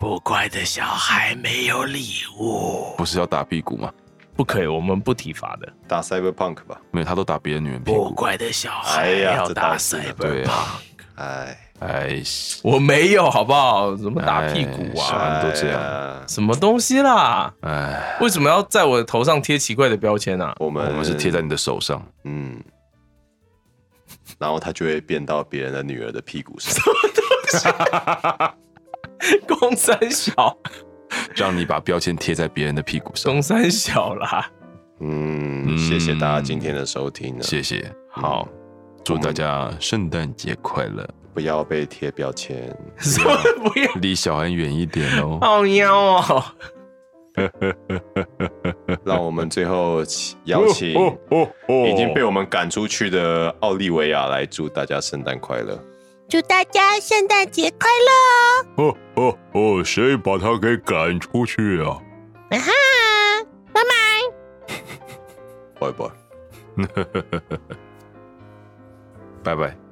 Speaker 4: 不乖的小孩没有礼物，
Speaker 3: 不是要打屁股吗？
Speaker 4: 不可以，我们不体罚的。
Speaker 5: 打 Cyberpunk 吧，
Speaker 3: 没有，他都打别的女人屁
Speaker 4: 不
Speaker 3: 股。
Speaker 4: 乖的小孩
Speaker 5: 哎呀
Speaker 4: 要
Speaker 5: 这
Speaker 4: 打
Speaker 5: 倒是
Speaker 4: cyber，
Speaker 3: 对啊，
Speaker 5: 哎，
Speaker 3: 哎，
Speaker 4: 我没有，好不好？怎么打屁股
Speaker 3: 哎小
Speaker 4: 啊？
Speaker 3: 孩都这样
Speaker 5: 样。
Speaker 4: 什么东西啦？
Speaker 3: 哎，
Speaker 4: 为什么要在我的头上贴奇怪的标签啊？
Speaker 5: 我们
Speaker 3: 我们是贴在你的手上。
Speaker 5: 嗯，然后他就会变到别人的女儿的屁股上。
Speaker 4: 公三小，
Speaker 3: 让你把标签贴在别人的屁股上。
Speaker 4: 公三小啦。
Speaker 5: 嗯，谢谢大家今天的收听啊呢，
Speaker 3: 嗯谢谢，
Speaker 4: 嗯
Speaker 5: 好，
Speaker 3: 祝大家圣诞节快乐，
Speaker 5: 不要被贴标签。
Speaker 4: 什么不要？
Speaker 3: 离小恩远一点哦。
Speaker 4: 好喵哦！
Speaker 5: 让我们最后请邀请已经被我们赶出去的奥利维亚来祝大家圣诞快乐。
Speaker 6: 祝大家圣诞节快乐哦！
Speaker 2: 哦哦哦，谁把他给赶出去啊？
Speaker 6: 啊哈，拜拜。
Speaker 5: 拜拜。
Speaker 3: 拜拜。